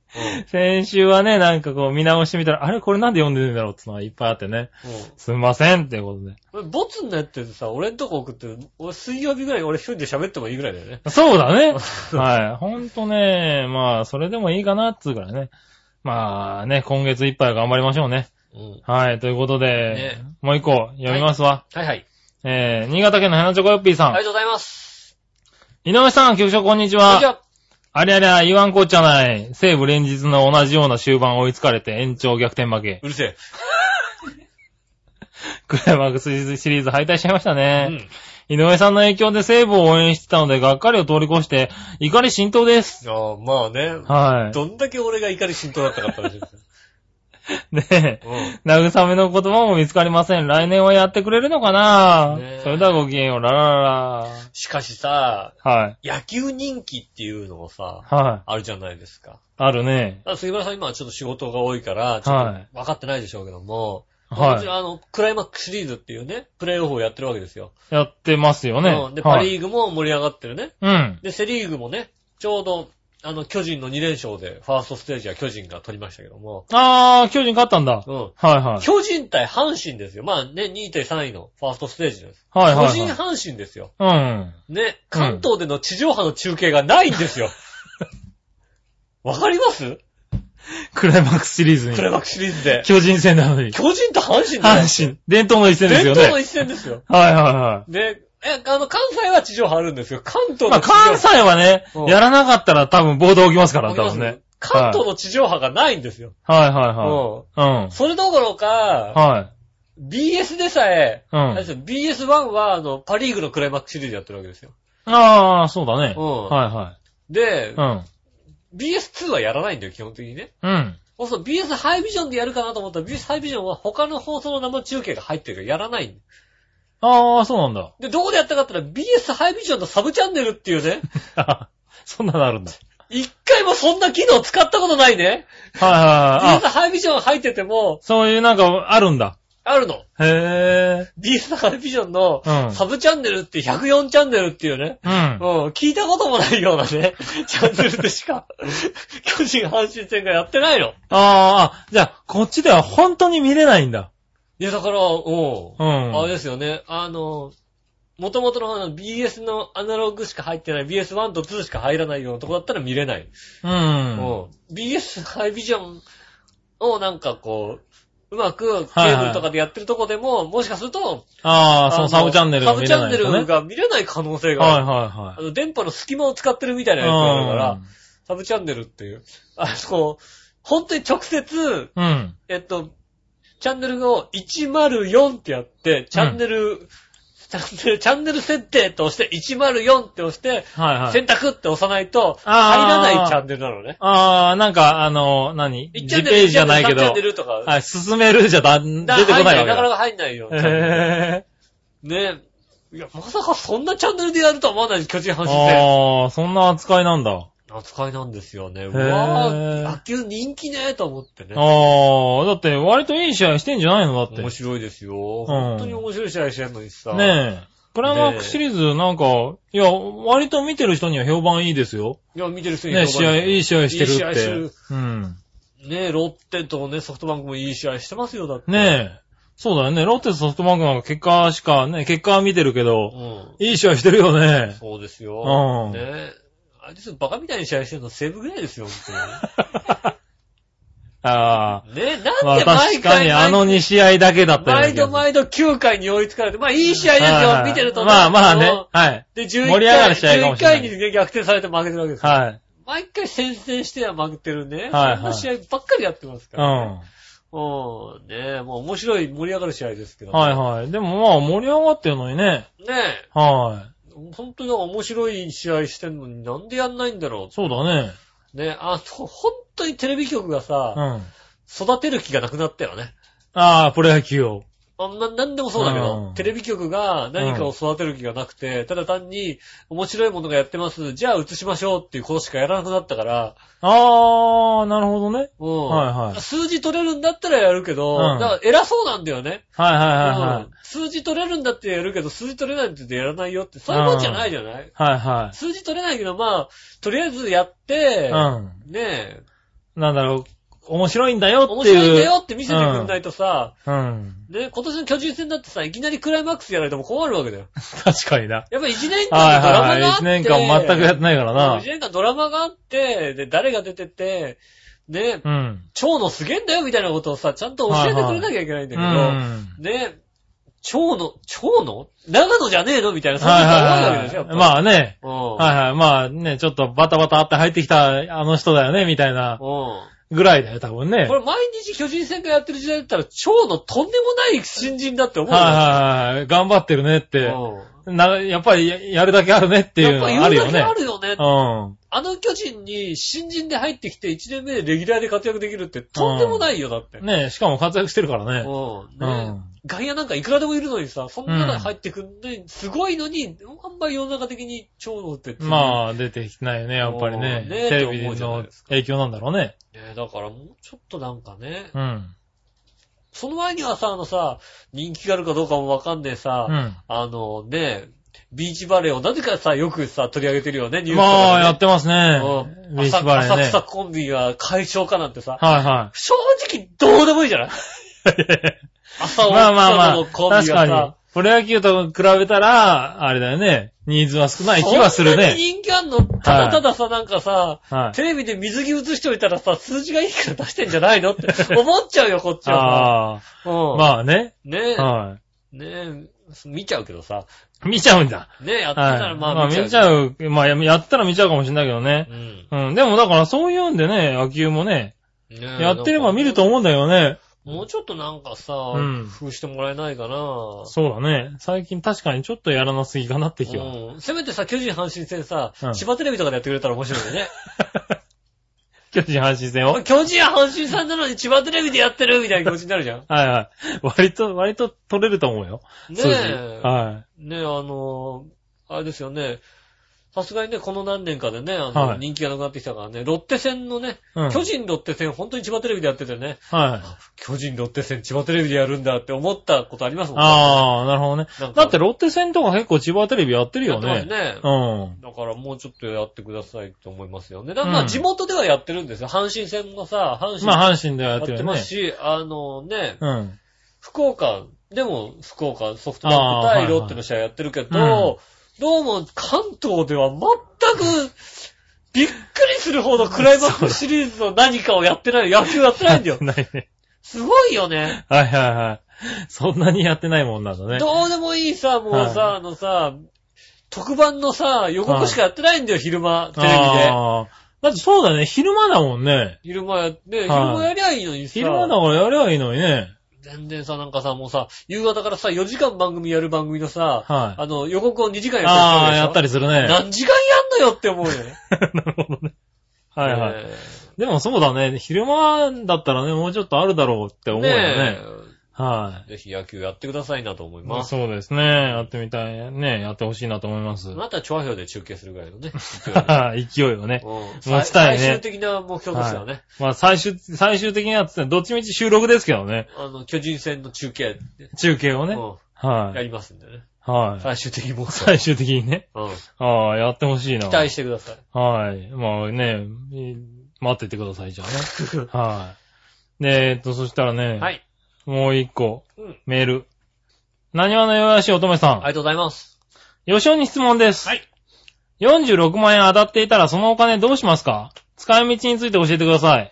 C: 先週はね、なんかこう見直してみたら、あれこれなんで読んでるんだろうってのがいっぱいあってね。
B: うんうん
C: すんませんっていうことで。
B: 俺ボツになってさ、俺んとこ送って、俺水曜日ぐらいに俺一人で喋ってもいいぐらいだよね。
C: そうだね。 (laughs) はい。ほんとね、まあ、それでもいいかなっつうからね。まあね、今月いっぱいは頑張りましょうね。
B: (laughs) うん。
C: はい。ということで、
B: ね
C: もう一個読みますわ。
B: はいはい。
C: えー、新潟県のヘナチョコヨッピーさ
B: あ
C: ん。
B: りがとうございます。
C: 井上さん、局長こんにち
B: それ
C: は
B: じ。ゃあ
C: ありゃりゃ、言わんこっちゃない。西武連日の同じような終盤追いつかれて延長逆転負け。
B: うるせえ。
C: クライマックスシリーズ敗退しちゃいました
B: う
C: ね。
B: ん。
C: 井上さんの影響で西武を応援してたので、がっかりを通り越して、怒り浸透です。
B: ああ、まあね。
C: はい。
B: どんだけ俺が怒り浸透だったかって話ですよ。
C: ねえ。
B: う
C: 慰めの言葉も見つかりません。来年はやってくれるのかな、
B: ねえ
C: それではごきげんよう、ラララ
B: ん。しかしさ、
C: ラ。はい。
B: 野球人気っていうのもさ、
C: はい。
B: あるじゃないですか。
C: あるね。
B: あ杉村さん今はちょっと仕事が多いから、ちょっ
C: はい
B: と分かってないでしょうけども、もちろん
C: は
B: あの、クライマックスシリーズっていうね、プレイオフをやってるわけですよ。
C: い。やってますよね
B: うん。で、パ
C: は
B: リ
C: い。
B: ーグも盛り上がってるね。
C: うん。
B: で、セリーグもね、ちょうど、あの、巨人の2連勝で、ファーストステージは巨人が取りましたけども、
C: あー、巨人勝ったんだ。
B: うん。
C: はいはい。
B: 巨人対阪神ですよ。まあね、2.3位のファーストステージです。
C: はいはい、
B: 巨人
C: はい。
B: 阪神ですよ。
C: うん。
B: ね、関東での地上波の中継がないんですよ。わかります
C: クライマックスシリーズ
B: クライ
C: に。
B: マックスシリーズで。
C: 巨人戦なのに。
B: 巨人と阪神だよ。
C: 阪神。伝統の一戦です
B: 伝
C: よ
B: 統の
C: ね。
B: 一戦ですよ。
C: はいはいはい。
B: ね、え、あの、関西は地上波あるんですけど、関東
C: ま
B: の
C: あ
B: 地上波。
C: 関西はね
B: うん、
C: やらなかったら多分暴動起きますから、
B: わかり
C: 多
B: ます
C: 分ね。
B: 関東の地上波がないんですよ。
C: はいはいはい。
B: それどころ
C: うん。
B: か、
C: はい。
B: BS でさえ、
C: うん
B: あれですよ BS1 は、あの、パリーグのクライマックスシリーズやってるわけですよ。
C: ああ、そうだね。
B: うん
C: は
B: で
C: い、はい。
B: BS2 はやらないんだよ、基本的にね。
C: うん。うん。
B: そうすると BS ハイビジョンでやるかなと思ったら BS ハイビジョンは他の放送の生中継が入ってるからやらないんだよ
C: ああ、そうなんだ。
B: で、どこでやったかって言ったら BS ハイビジョンのサブチャンネルっていうね、 (laughs)
C: そんなのあるんだ。
B: 一回もそんな機能使ったことないね。
C: はいはいはい
B: BS
C: あ。
B: ハイビジョン入ってても、
C: そういうなんかあるんだ。
B: あるの。
C: へえ。
B: BS ハイビジョンの
C: うん
B: サブチャンネルって104チャンネルっていうね。
C: うん。
B: うん、聞いたこともないようなね、チャンネルでしか、 (laughs) 巨人阪神戦がやってないの。
C: あーあ、じゃあ、こっちでは本当に見れないんだ。
B: いや、だから、うん。
C: うん。
B: あれですよね。あの、元々のあの BS のアナログしか入ってない、BS1 と2しか入らないようなとこだったら見れない。
C: う。
B: うんん BS ハイビジョンをなんかこう、うまくケ
C: はい
B: ーブルとかでやってるとこでも、もしかすると、
C: ああ、そ
B: あ
C: のサブチャンネル
B: サ
C: が
B: ブ
C: 見
B: チ
C: れ
B: ャ
C: な
B: ン
C: い
B: ネ
C: とね
B: ルが見れない可能性があ
C: はい
B: る。
C: は
B: あの電波の隙間を使ってるみたい
C: い
B: なやつだから
C: は、
B: サブチャンネルっていう。あそこ、本当に直接、
C: い。うん。うん。
B: えっと、チャンネルを104ってやって、チャンネル、チャンネル、チャンネル設定として104って押して、
C: はいはい。
B: 選択って押さないと、入
C: あー
B: らないチャンネルなのね。
C: ああ、なんか、あの、何
B: 1
C: ?1
B: チ
C: ペ
B: ャンネル、
C: ージじゃないけ
B: 2チャ
C: ど
B: ンネ、ルとか。
C: はい、進めるじゃだん
B: だ
C: 出てこな
B: 入
C: いわけ
B: んなかな
C: だ。
B: か入んないよ。
C: へ
B: ねえ。いや、まさかそんなチャンネルでやるとは思わない巨人
C: ぇ
B: 阪
C: ー。
B: 神戦。
C: ああ、そんな扱いなんだ。あ
B: 扱いなんですよね。う
C: ー
B: わぁ、野球人気ねえと思ってね。
C: あ、だって割といい試合してんじゃないのだって。
B: 面
C: ね
B: 白いですよ。本当に面白い試合してんのにさ。
C: え。クライマックスシリーズなんか、いや、割と見てる人には評判いいですよ。
B: いや、見てる人に
C: ね、試合、いい試合して
B: いい試
C: る
B: 合
C: っ
B: して
C: て
B: る。
C: うん。
B: ねえ、ロッテとね、ソフトバンクもいい試合してますよ、だって。
C: ねえ。そうだよね。ロッテとソフトバンクなんか結果しかね、結果は見てるけど、
B: うん。
C: いい試合してるよね。
B: そうです
C: う
B: よ。
C: ん
B: ねえ。あれですよ、バカみたいに試合してるのセーブぐらいですよ、本
C: (laughs) ああ。
B: 当に。ねえ、な
C: (laughs) ま
B: ん
C: あ
B: で毎回
C: 確かにあの2試合だけだったよね
B: 毎度毎度9回に追いつかれて、まあいい試合です
C: はいは
B: よ、
C: い
B: 見てると。
C: まあまあね
B: うん。
C: はい。
B: で、11
C: 盛り上がる試合
B: 回、
C: かも
B: 11
C: しれな
B: 回
C: い
B: にね逆転されて負けてるわけですよ。
C: はい。
B: 毎回先制しては負けてるね。
C: はいはい
B: そんな試合ばっかりやってますか
C: う
B: ら、
C: ん。
B: うん。ねえ、もう面白い盛り上がる試合ですけど。
C: はいはい。でもまあ盛り上がってるのにね。
B: い。ねえ。
C: は
B: 本当に面白い試合してんのになんでやんないんだろ
C: い。そうだね。
B: う。ね、あと、本当にテレビ局が
C: う
B: さ、
C: ん。
B: 育てる気がなくなったよね。
C: ああ、プロ野球を。
B: あんな、なんでもそうだけど、
C: うん
B: テレビ局が何かを育てる気がなくて、ただ単に面白いものがやってます、じゃあ映しましょうっていうことしかやらなくなったから、
C: ああ、なるほどね。
B: うん。
C: はいはい
B: 数字取れるんだったらやるけど、
C: うん
B: だから偉そうなんだよね、
C: はいはいはいは
B: う
C: い
B: ん。数字取れるんだってやるけど、数字取れないって言ってやらないよって、そういうもんじゃないじゃない、
C: はいは
B: 数字取れないけど、まあ、とりあえずやって、
C: い。うん。
B: ねえ、
C: なんだろう、面白いんだよ
B: 面
C: っていう。
B: 白いんだよって見せてくんないとさ、
C: うん。
B: ね、今年の巨人戦だってさ、いきなりクライマックスやられても困るわけだよ。
C: 確かにな。
B: やっぱ1年
C: は
B: 間
C: い
B: ドラ
C: は
B: マ
C: い
B: があ
C: は
B: っ
C: い。
B: て、
C: 一年間全くやってないから
B: 1
C: な。
B: 年間ドラマがあって、で、誰が出てて、ね、
C: うん。
B: 蝶野すげえんだよみたいなことをさ、ちゃんと教えてくれなきゃいけないんだけど、
C: うん。
B: ね、蝶野、蝶野長野じゃねえのみたいな、そういう
C: はい
B: 人が多いわ
C: は
B: け
C: い
B: でしょ、
C: はい。ま
B: あ、
C: あね。
B: うん。
C: はいはい。まあね、ちょっとバタバタって入ってきたあの人だよね、みたいな
B: うん。
C: ぐらいだよ、多分ね。はい
B: これ毎日巨人戦がやってる時代だったら、蝶のとんでもない新人だって思うよ。
C: はいはい。頑張ってるねって。な、やっぱりややるだけあるねって
B: うん。
C: い
B: や
C: う
B: っ
C: の
B: ぱ
C: はある
B: 言う
C: よ
B: だけ
C: ね
B: あ。るよね
C: う。ん。
B: あの巨人に新人で入ってきて1年目でレギュラーで活躍できるってとんでもないよ、だって。
C: ねしかも活躍してるから
B: う
C: ね。
B: ん。
C: う
B: ね
C: ん。
B: 外野なんかいくらでもいるのにさ、そんなの入ってくんね、すごいのに、あんまり世の中的に超能って。あ。
C: まあ、出てきてないよね、やっぱりね
B: うん。ね
C: テレビ
B: って思うじゃない
C: の
B: ですか
C: 影響なんだろうね。
B: ねだからもうちょっとなんかね、
C: うん。
B: その前にはさ、あのさ、人気があるかどうかもわかんねえさ、
C: うん。
B: あのね、ビーチバレーをなぜかさ、よくさ、取り上げてるよね、ニュースと
C: まあ、や
B: か
C: ってます
B: でね。。
C: ね
B: うん
C: ビーチバレー
B: 浅
C: ね。
B: 浅草コンビが解消かなんてさ、
C: はいは
B: 正直どうでもいいじゃない朝
C: い。
B: 起き
C: (laughs) まあまあ
B: た
C: ま
B: のコ
C: あ、
B: ンビ
C: 確
B: が
C: かに
B: さ、。
C: プロ野球と比べたら、あれだよね。ニーズは少ない気はする
B: そんなに人
C: ね。
B: 気あんのただたださ、なんかさ、
C: はい。
B: テレビで水着映しておいたらさ、数字がいいから出してんじゃないの
C: (laughs)
B: って思っちゃうよ、こっちは
C: あ
B: さ。
C: あ、
B: うん。
C: まあね。
B: ね
C: は
B: え、ねえ、見ちゃうけどさ。
C: い。見ちゃうんだ。
B: ねえ、やってた
C: は
B: ら
C: い。
B: ま
C: ま
B: あ
C: あ
B: 見ちゃう。
C: 見ちゃう。まあややったら見ちゃうかもしれないけどね。
B: うん。
C: うん。でもだからそういうんでね、野球もね、
B: ねえ
C: やってれば見ると思うんだよね。
B: もうちょっとなんかさ、
C: ん
B: 工夫してもらえないかな。
C: そうだね。最近確かにちょっとやらなすぎかなって気は。
B: うん、せめてさ、巨人阪神戦さ、
C: うん
B: 千葉テレビとかでやってくれたら面白いよね。
C: 巨人阪神戦を。。
B: 巨人阪神さんなのに千葉テレビでやってるみたいな気持ちになるじゃん
C: (laughs) はいはい。割と、割と取れると思うよ。
B: ね
C: 数字
B: え。
C: は
B: ねえ、あのーあれですよね。さすがにね、この何年かでね、あの、
C: はい
B: 人気がなくなってきたからね、ロッテ戦のね、
C: い。うん。
B: 巨人ロッテ戦、本当に千葉テレビでやっててね、
C: はい。
B: 巨人ロッテ戦、千葉テレビでやるんだって思ったことありますもん
C: ああ、なるほどね。
B: なんか
C: だってロッテ戦とか結構千葉テレビやってる
B: や
C: よ
B: ってます
C: ね。
B: ね。
C: うん。
B: だからもうちょっとやってくださいって思いますよね。だからま
C: う
B: あ
C: ん
B: 地元ではやってるんですよ。阪神戦もさ、阪神
C: まあ阪神ではや
B: や
C: っ
B: っ
C: てる
B: て
C: よ
B: ま
C: ね
B: す。し、あのね、
C: うん。
B: 福岡、でも福岡ソフトバンク
C: あーはい
B: 対
C: はい
B: ロッテの試合やってるけど、
C: うん。
B: どうも関東では全くびっくりするほどクライマックスシリーズの何かをやってない、野球やってないんだよ
C: (laughs) ないね。
B: すごいよね。
C: はいはいはい。そんなにやってないもんなんだね。
B: どうでもいいさ、もうさ、
C: は
B: あのさ、特番のさ、予告しかやってないんだよ、昼間、テレビで。
C: あーだってそうだね、昼間だもんね。
B: 昼間やって、昼間やりゃいいのにさ。
C: 昼間だからやればいいのにね。
B: 全然さ、なんかさ、もうさ、夕方からさ、4時間番組やる番組のさ、
C: はい
B: あの、予告を2時間や
C: ああ、やった
B: り
C: りする
B: するでしょ
C: ね。
B: 何時間やんのよって思うよね。
C: (laughs) なるほどね。 (laughs) はいはい。
B: ね
C: でもそうだね、昼間だったらね、もうちょっとあるだろうって
B: え
C: 思うよね。
B: ね
C: はい。
B: えぜひ野球やってくださいなと思い
C: まあ
B: ます。
C: そうですね。やってみたい。ね、やってほしいなと思います。
B: また、調和表で中継するぐらい
C: (laughs)
B: のね。
C: 勢いをね。
B: うん
C: 持ちたいね
B: 最終的な目標としてはね、
C: まあ最終、最終的にはつってどっちみち収録ですけどね。
B: あの、巨人戦の中継、
C: 中継を
B: う
C: ね。
B: ん
C: は
B: や
C: い。
B: りますんでね。
C: はい。
B: 最終的目標。
C: 最終的にね。
B: うん
C: ああ、やってほしいな。
B: 期待してください。
C: はい。まあね、え待っててください、じゃあね。はい。で、えっと、そしたらね、
B: はい。
C: もう一個、
B: うん。
C: メール。何話のよやしおとめさ
B: あ
C: ん。
B: りがとうございます。
C: 吉尾に質問です。
B: はい。
C: 46万円当たっていたらそのお金どうしますか使い道について教えてください。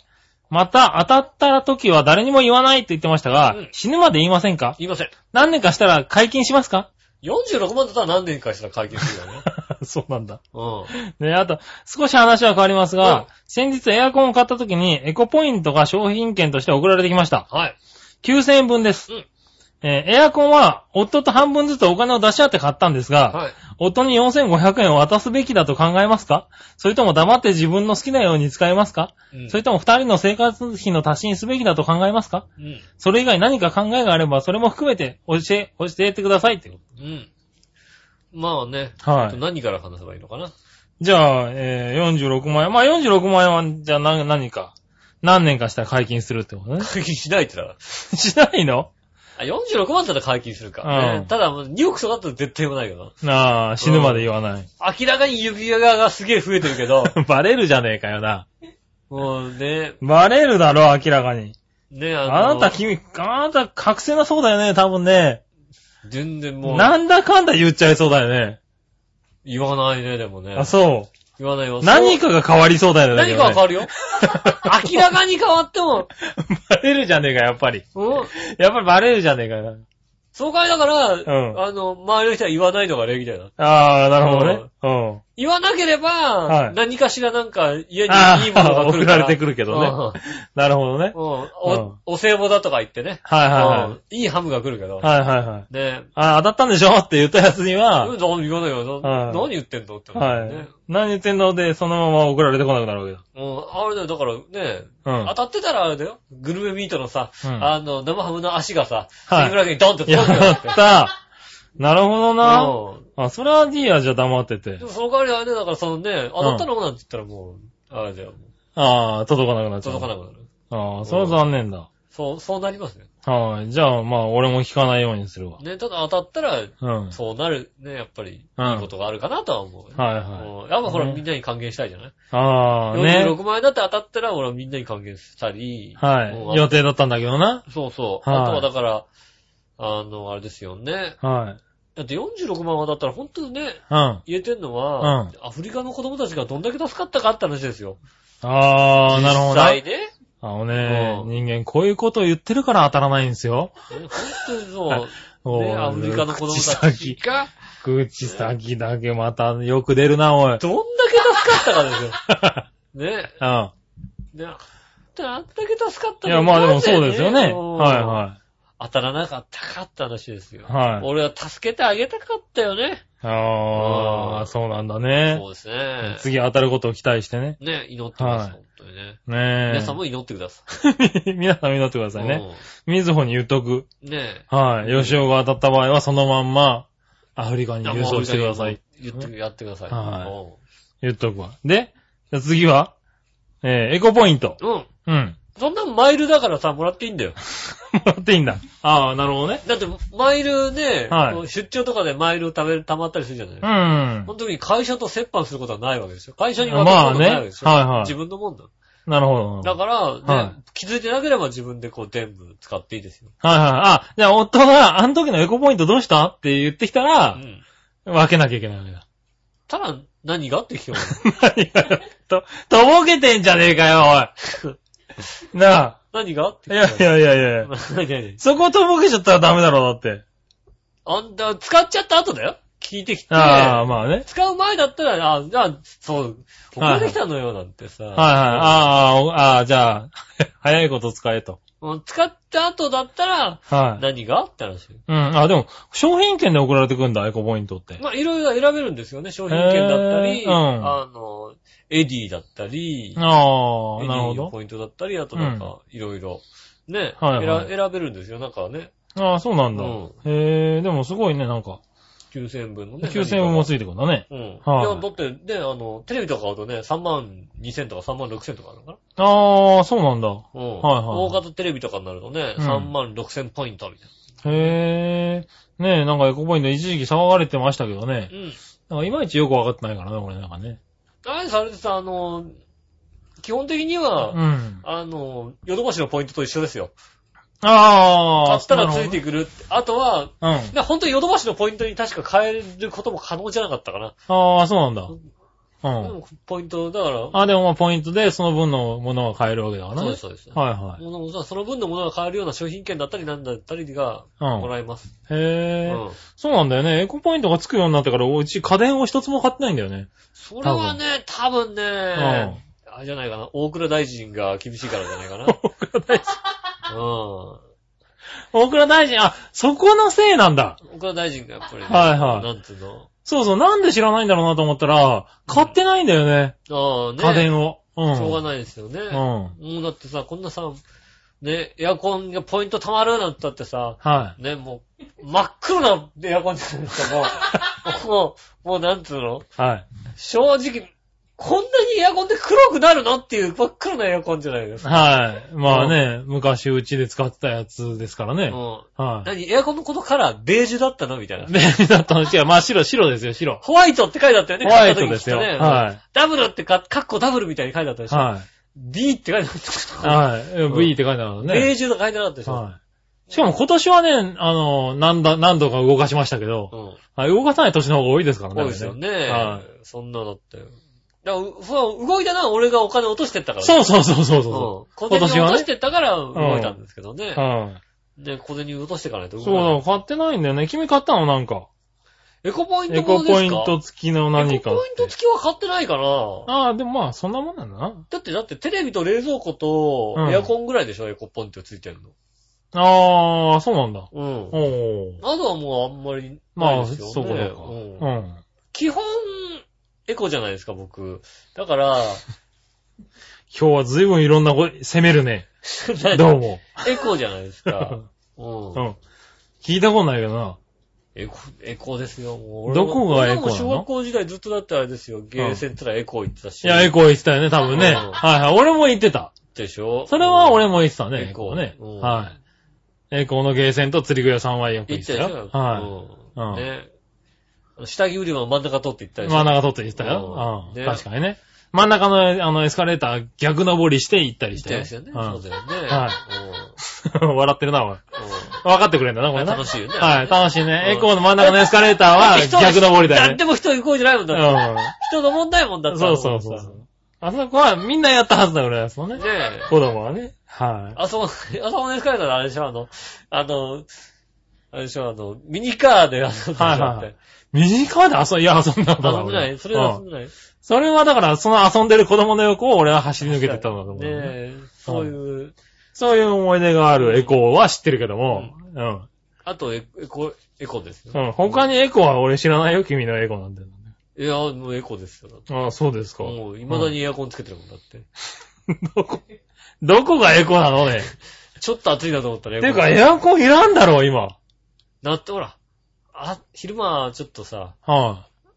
C: また、当たった時は誰にも言わないって言ってましたが、
B: うん
C: 死ぬまで言いませんか
B: 言いません。
C: 何年かしたら解禁しますか (laughs)
B: 46万だったら何年かしたら解禁するよね。
C: そうなんだ。
B: うん。
C: ね、あと、少し話は変わります
B: う
C: が、
B: ん
C: 先日エアコンを買った時にエコポイントが商品券として送られてきました。
B: はい。
C: 9000円分です。
B: うん
C: えーエアコンは夫と半分ずつお金を出し合って買ったんですが、
B: はい。
C: 夫に4500円を渡すべきだと考えますかそれとも黙って自分の好きなように使えますか、
B: うん
C: それとも二人の生活費の足しにすべきだと考えますか
B: うん。
C: それ以外何か考えがあれば、それも含めて教え、教えてくださいってこ
B: うん。まあね。
C: と。は
B: あと
C: い。
B: 何から話せばいいのかな。
C: じゃあ、えー、46万円。まあ、46万円は、じゃあ何、何か。何年かしたら解禁するってことね。 (laughs)
B: 解禁しないって言ったら。
C: しないの
B: あ、46万だったら解禁するか。
C: うん
B: ねただ、2億とかだったら絶対言わないけど。
C: なあ、死ぬまで言わない。
B: 明らかに指輪がすげえ増えてるけ
C: (laughs)
B: ど、
C: バレるじゃねえかよな。
B: もうね、
C: バレるだろ、明らかに。
B: ね、あの
C: あなた君、あなた覚醒なそうだよね、多分ね。
B: 全然もう、
C: なんだかんだ言っちゃいそうだよね。
B: 言わないね、でもね
C: あ、。そ
B: 言わないよ。
C: う。何
B: か、
C: かが変わりそうだよね。だけ
B: 何
C: ど
B: かは
C: ね
B: 変
C: (laughs)
B: わるよ。明らかに変わっても、
C: バレるじゃねえか、やっぱり。
B: うん
C: やっぱりバレるじゃねえかよ。
B: そうかいだから、
C: ん
B: あの、周りの人は言わないのが礼儀だよな。
C: ああ、なるほどね。うん。
B: 言わなければ、
C: はい
B: 何かしらなんか家
C: あ
B: にいいもの
C: あ、
B: が来
C: 送
B: るから
C: られてくるけどね。なるほどね
B: う。んうん
C: うん
B: お、お歳暮だとか言ってね。
C: はいはい
B: うん
C: はい
B: いハムが来るけど。。
C: はいはいはい。
B: ねえ。
C: ああ、当たったんでしょって言ったやつには、
B: うん何言わないよ。な
C: はい
B: 何言ってんのって思うよ
C: は
B: ね
C: い。。何言ってんので、そのまま送られてこなくなるわけだ。
B: うん、あれだよ、だからね、
C: うん
B: 当たってたらあれだよ。グルメミートのさ、
C: うん
B: あの、生ハムの足がさ、
C: はい
B: 杉村家にドンって
C: や
B: 届くよだって
C: ったなるほどな。
B: うん
C: あ、それは D やじゃあ黙ってて
B: で。もその代わりあれだよだからそのね、当たったのなんて言ったらもう、あれだよ。
C: ああ、届かなくなっちゃう。
B: 届かなくなる。
C: ああ、それは残念だ。
B: そう、そうなりますね。
C: はい。じゃあ、まあ、俺も聞かないようにするわ。
B: ね、ただ当たったら、
C: うん。はい
B: そうなるね、やっぱり、
C: うん
B: いいことがあるかなとは思う。
C: はい。
B: うんやっぱほら、
C: ね
B: みんなに還元したいじゃない
C: ああ、ね。
B: ?46 万円だって当たったら、俺はみんなに還元したり。
C: は
B: もう
C: い。予定だったんだけどな。
B: そうそう。
C: はい
B: あとはだから、あの、あれですよね。
C: はい。
B: だって46万はだったら本当にね、
C: うん。あ
B: 言えてんのは、
C: うん
B: アフリカの子供たちがどんだけ助かったかって話ですよ。
C: あ、なるほど
B: 実
C: な。
B: 際ね。ね
C: あのね
B: う、ん
C: 人間こういうことを言ってるから当たらないんですよ。
B: 本当に
C: (laughs)
B: そ
C: お
B: う、
C: う
B: ね、アフリカの子供たちが、
C: 口先。口先だけまたよく出るな、おい。
B: どんだけ助かったかですよ。
C: (laughs)
B: ね。
C: うん。
B: ね。あんだけ助かった
C: い
B: の
C: や、
B: に
C: まあでも
B: なぜ
C: そうですよね。
B: うん
C: はいはい。
B: 当たらなかったかって話ですよ。
C: はい
B: 俺は助けてあげたかったよね。
C: あ
B: う
C: あ、
B: ん
C: そうなんだね
B: そう。ですね。
C: 次当たることを期待してね。
B: ね、祈ってます、
C: はい
B: 本当にね。
C: ねえ。
B: 皆さんも祈ってくださ
C: (laughs) 皆さん祈ってくださ
B: い。
C: いね。みずほに言っとく。
B: うん。ね
C: はい。吉尾が当たった場合はそのまんま、アフリカ
B: え。
C: に郵送してください。
B: 言って、やってください。
C: は
B: う
C: 言っとくわ。で、じゃあ次は、えーエコポイント。
B: んうん。
C: うん。 (laughs)
B: そんなマイルだからさ、もらっていいんだよ。
C: もらっていいんだ。ああ、なるほどね。
B: だって、マイルね、
C: はい
B: こう出張とかでマイル食べる、溜まったりするじゃない、
C: うん。は
B: その時に会社と折半することはないわけですよ。会社に渡
C: まあ
B: すこと
C: ね
B: はないわけですよ。
C: はいはい
B: 自分のもんだ。
C: い。なるほど。
B: だから、ね
C: は
B: 気づいてなければ自分でこう全部使っていいですよ。
C: はいはい。あ、じゃあ夫が、あの時のエコポイントどうしたって言ってきた
B: う
C: ら、
B: ん。
C: 分けなきゃいけないわけだ。
B: ただ、何がって聞けばいい
C: (laughs) 何がよと、とぼけてんじゃねえかよ、おい。なあ。
B: 何がって
C: いやいやいやいや
B: (laughs) 何何
C: そことぼけちゃったらダメだろう、だって。
B: あんた、使っちゃった後だよ聞いてきて。
C: ああ、まあね。
B: 使う前だったら、あ、じゃあ、そう、送
C: は
B: ら
C: い
B: れてきたのよ、なんてさ。
C: はいはい。ああ、おああ、じゃあ、 (laughs) 早いこと使えと。
B: うん使った後だったら、
C: はい。
B: 何がって話。
C: うん。あ、でも、商品券で送られてくんだ、エコポイントって。
B: まあ、いろいろ選べるんですよね。商品券だったり、
C: へーうん
B: あの、エディだったり、
C: あ
B: エ
C: あ、
B: デ
C: なるほ
B: ィの
C: ど。
B: ポイントだったり、あとなんか、いろいろ。ね、
C: はいはい
B: 選選べるんですよ。なんかね、
C: ああ、そうなんだ。
B: うん
C: へえ、でもすごいね、なんか。
B: 9000分のね。
C: 9000円も
B: い。
C: ついてくんだね。
B: うん。い
C: はい
B: や、だって、ね、あの、テレビとか買うとね、3万2000とか3万6000とかあるのかな
C: ああ、そうなんだ。
B: うん。
C: はいはい
B: 大型テレビとかになるとね、
C: うん
B: 3万6000ポイントみたい
C: へえ。ねえ、なんかエコポイント一時期騒がれてましたけどね。
B: な。うん。
C: なんかいまいちよくわかってないからね、俺なんかね。
B: あれさ、あれでさ、あの、基本的に
C: う
B: は、
C: ん。
B: あの、ヨドバシのポイントと一緒ですよ。
C: あ
B: 買
C: あ、
B: ったらつい
C: なる
B: てくるって。あとは、
C: ほどねうん。
B: な本当にヨドバシのポイントに確か変えることも可能じゃなかったかな。
C: ああ、そうなんだ。う
B: で
C: ん。
B: もポイント、だから、
C: あ、でもまあポイントでその分のものが買えるわけだから
B: そう
C: ね
B: です、。そうです。
C: はいはい。
B: ものその分のものが買えるような商品券だったりなんだったりがも
C: うん。
B: らえます。う
C: へえ、
B: ん。
C: そうなんだよね。エコポイントがつくようになってから、うち家電を一つも買ってないんだよね。
B: それはね、多分ね、
C: うん。
B: あれじゃないかな、大倉大臣が厳しいからじゃないかな。
C: (laughs) 大倉大臣。
B: うん。
C: 大倉大臣、あ、そこのせいなんだ。
B: 大倉大臣がやっぱりね、
C: はいはい
B: なんつうの。
C: そうそう、なんで知らないんだろうなと思ったら、買ってないんだよね。
B: ああね。
C: 家電を。うん。
B: しょうがないですよね。
C: うん。
B: もうだってさ、こんなさ、ね、エアコンがポイント貯まるなんて言ったってさ、
C: は
B: ね、もう、真っ黒なエアコンじゃないですか、も
C: (laughs)
B: う。もう、もうなんつうの
C: い。はい。
B: 正直、こんなにエアコンって黒くなるのっていう真っ黒なエアコンじゃないですか。
C: はい。まあね、昔うちで使ってたやつですからね。
B: うん。
C: はい。
B: 何エアコンのこのカラー、ベージュだったのみたいな。
C: 便利だったの違う。まあ白、白ですよ、白。
B: ホワイトって書いてあったよね、
C: ホワイトですよ。
B: 買った時にきっとね
C: は
B: ダブルってか、カッコダブルみたいに書いてあったで
C: い。
B: しょ。
C: はい。
B: B って書いてあった。
C: はい。
B: ん
C: V って書いてあるの
B: ベー
C: ね。
B: ジュとか書いてなかったでしょ。
C: はい。しかも今年はね、あの、何だ、何度か動かしましたけど、
B: うん。
C: はい動かさない年の方が多いですからね。
B: そうですよね。
C: は
B: そんなのって。だからうそう、動いたのは俺がお金落としてったから。
C: そううそうそうそうそう。
B: ん。小手に
C: 今年はね
B: 落としてったから動いたんですけどね。
C: はい。
B: ね、小銭落としていかないと。
C: そうなの、買ってないんだよね。君買ったのなんか。
B: エコポイント
C: エ
B: もの
C: コ
B: です
C: ポ
B: か
C: イント付きの何か
B: エ
C: っ
B: コポイント
C: て。
B: 付きは買ってないかな。
C: ああ、でもまあ、そんなもんなんだな。
B: だって、だってテレビと冷蔵庫と
C: うん
B: エアコンぐらいでしょ、エコポイント付いてるの。
C: ああ、そうなんだ。
B: うん。
C: おー。
B: あとはもうあんまりな
C: ま
B: い
C: あ、
B: ですよ、ね。
C: そうかど
B: うん
C: うか。うん。
B: 基本、エコじゃないですか、僕。だから、
C: 今日は随分いろんなこと、攻め
B: (laughs)
C: るね。 (laughs) どうも。
B: エコじゃないですか。う
C: う
B: ん。
C: ん。聞いたことないよな。
B: エコ、エコですよ、もう。
C: どこがエコなの
B: 俺も小学校時代ずっとだってあれですよ、ゲーセンってのはエコ行ってたし。
C: いや、エ
B: コ。
C: コー言ってたよね、多分ね。
B: うん
C: はいはい。俺も言ってた。
B: でしょ
C: それは俺も言ってたね。
B: エコー
C: ね。
B: うん
C: はい。エコーのゲーセンと釣り具屋さんはよく
B: 行
C: 言
B: っ
C: ったて
B: で
C: た
B: し
C: よ
B: ょ。
C: はうん
B: い。ね。下着売り場の真ん中通って行った
C: い。
B: でしょ
C: 真ん中取って言ってたよ。
B: うん
C: うん。
B: ね
C: 確かにね。真ん中の、あの、エスカレーター逆登りして行ったり
B: 行
C: し。
B: ってたですよね。
C: う
B: そうだよね。
C: はいん (laughs) 笑ってるな、おい。
B: う
C: 分かってくれんだな、
B: ん
C: こ
B: う
C: れ
B: ん。
C: な。
B: 楽しいよね。
C: はい、楽しいうね。
B: ん
C: エコーの真ん中のエスカレーター
B: (laughs)
C: は逆登りだ
B: な
C: よ
B: ん
C: ね。
B: でも人行こうじゃないもんだって。
C: う
B: 人の問題もんだっ
C: ん。
B: て。
C: そうそうそう。あそこはみんなやったはずだ、俺は。そうね
B: ね。え。
C: 子供はね。はい。
B: あそこ、あそこのエスカレーターであれでしょ、あの、あの、あれでしょ、あの、ミニカーで、あの、
C: はいはいミニカーで遊ん、いや、遊んだこと
B: 遊んでないそれは遊んでない。ね
C: それはだから、その遊んでる子供の横を俺は走り抜けてったんだと思う、
B: え、そういう、
C: そういう思い出があるエコーは知ってるけども、うん。
B: あとエエコ、エコですよ。
C: うん。他にエコーは俺知らないよ、君のエコーなんて。
B: いや、もうエコですよ。だって
C: ああ、そうですか。
B: もう、未だにエアコンつけてるもんだって。
C: どこ、 (laughs) どこがエコーなのね。
B: ちょっと暑いなと思ったらエ
C: て
B: コ
C: いうか、エアコンいらんだろ、今。はい、
B: だってほら、あ、昼間、ちょっとさ、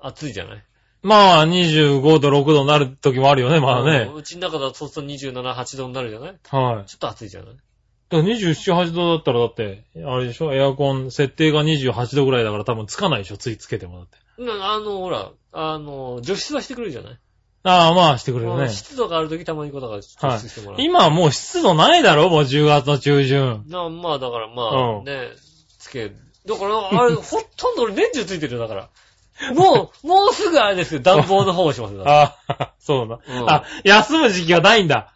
B: 暑いじゃない
C: まあ、25度、6度になる時もあるよね、まあね
B: うん。うちの中だとそうすると27、8度になるじゃない
C: はい。
B: ちょっと暑いじゃない
C: だから27、8度だったらだって、あれでしょエアコン設定が28度ぐらいだから多分つかないでしょついつけてもだって。
B: なあの、ほら、あの、除湿はしてくれるじゃない
C: ああ、まあしてくれる
B: まあ
C: ね。
B: 湿度があるときたまにこうだから、除
C: はい
B: 湿してもらう。
C: 今はもう湿度ないだろもう10月の中旬。
B: なまあだからま
C: う
B: あ、
C: ん
B: ね、つける。だから、あ
C: (laughs)
B: れ、ほとんど俺年中ついてるよ、だから。もう、もうすぐあれ
C: (laughs)
B: ですよ、暖房の方をしますよ。だから
C: ああ、そうだ。
B: うん
C: あ、休む時期がないんだ。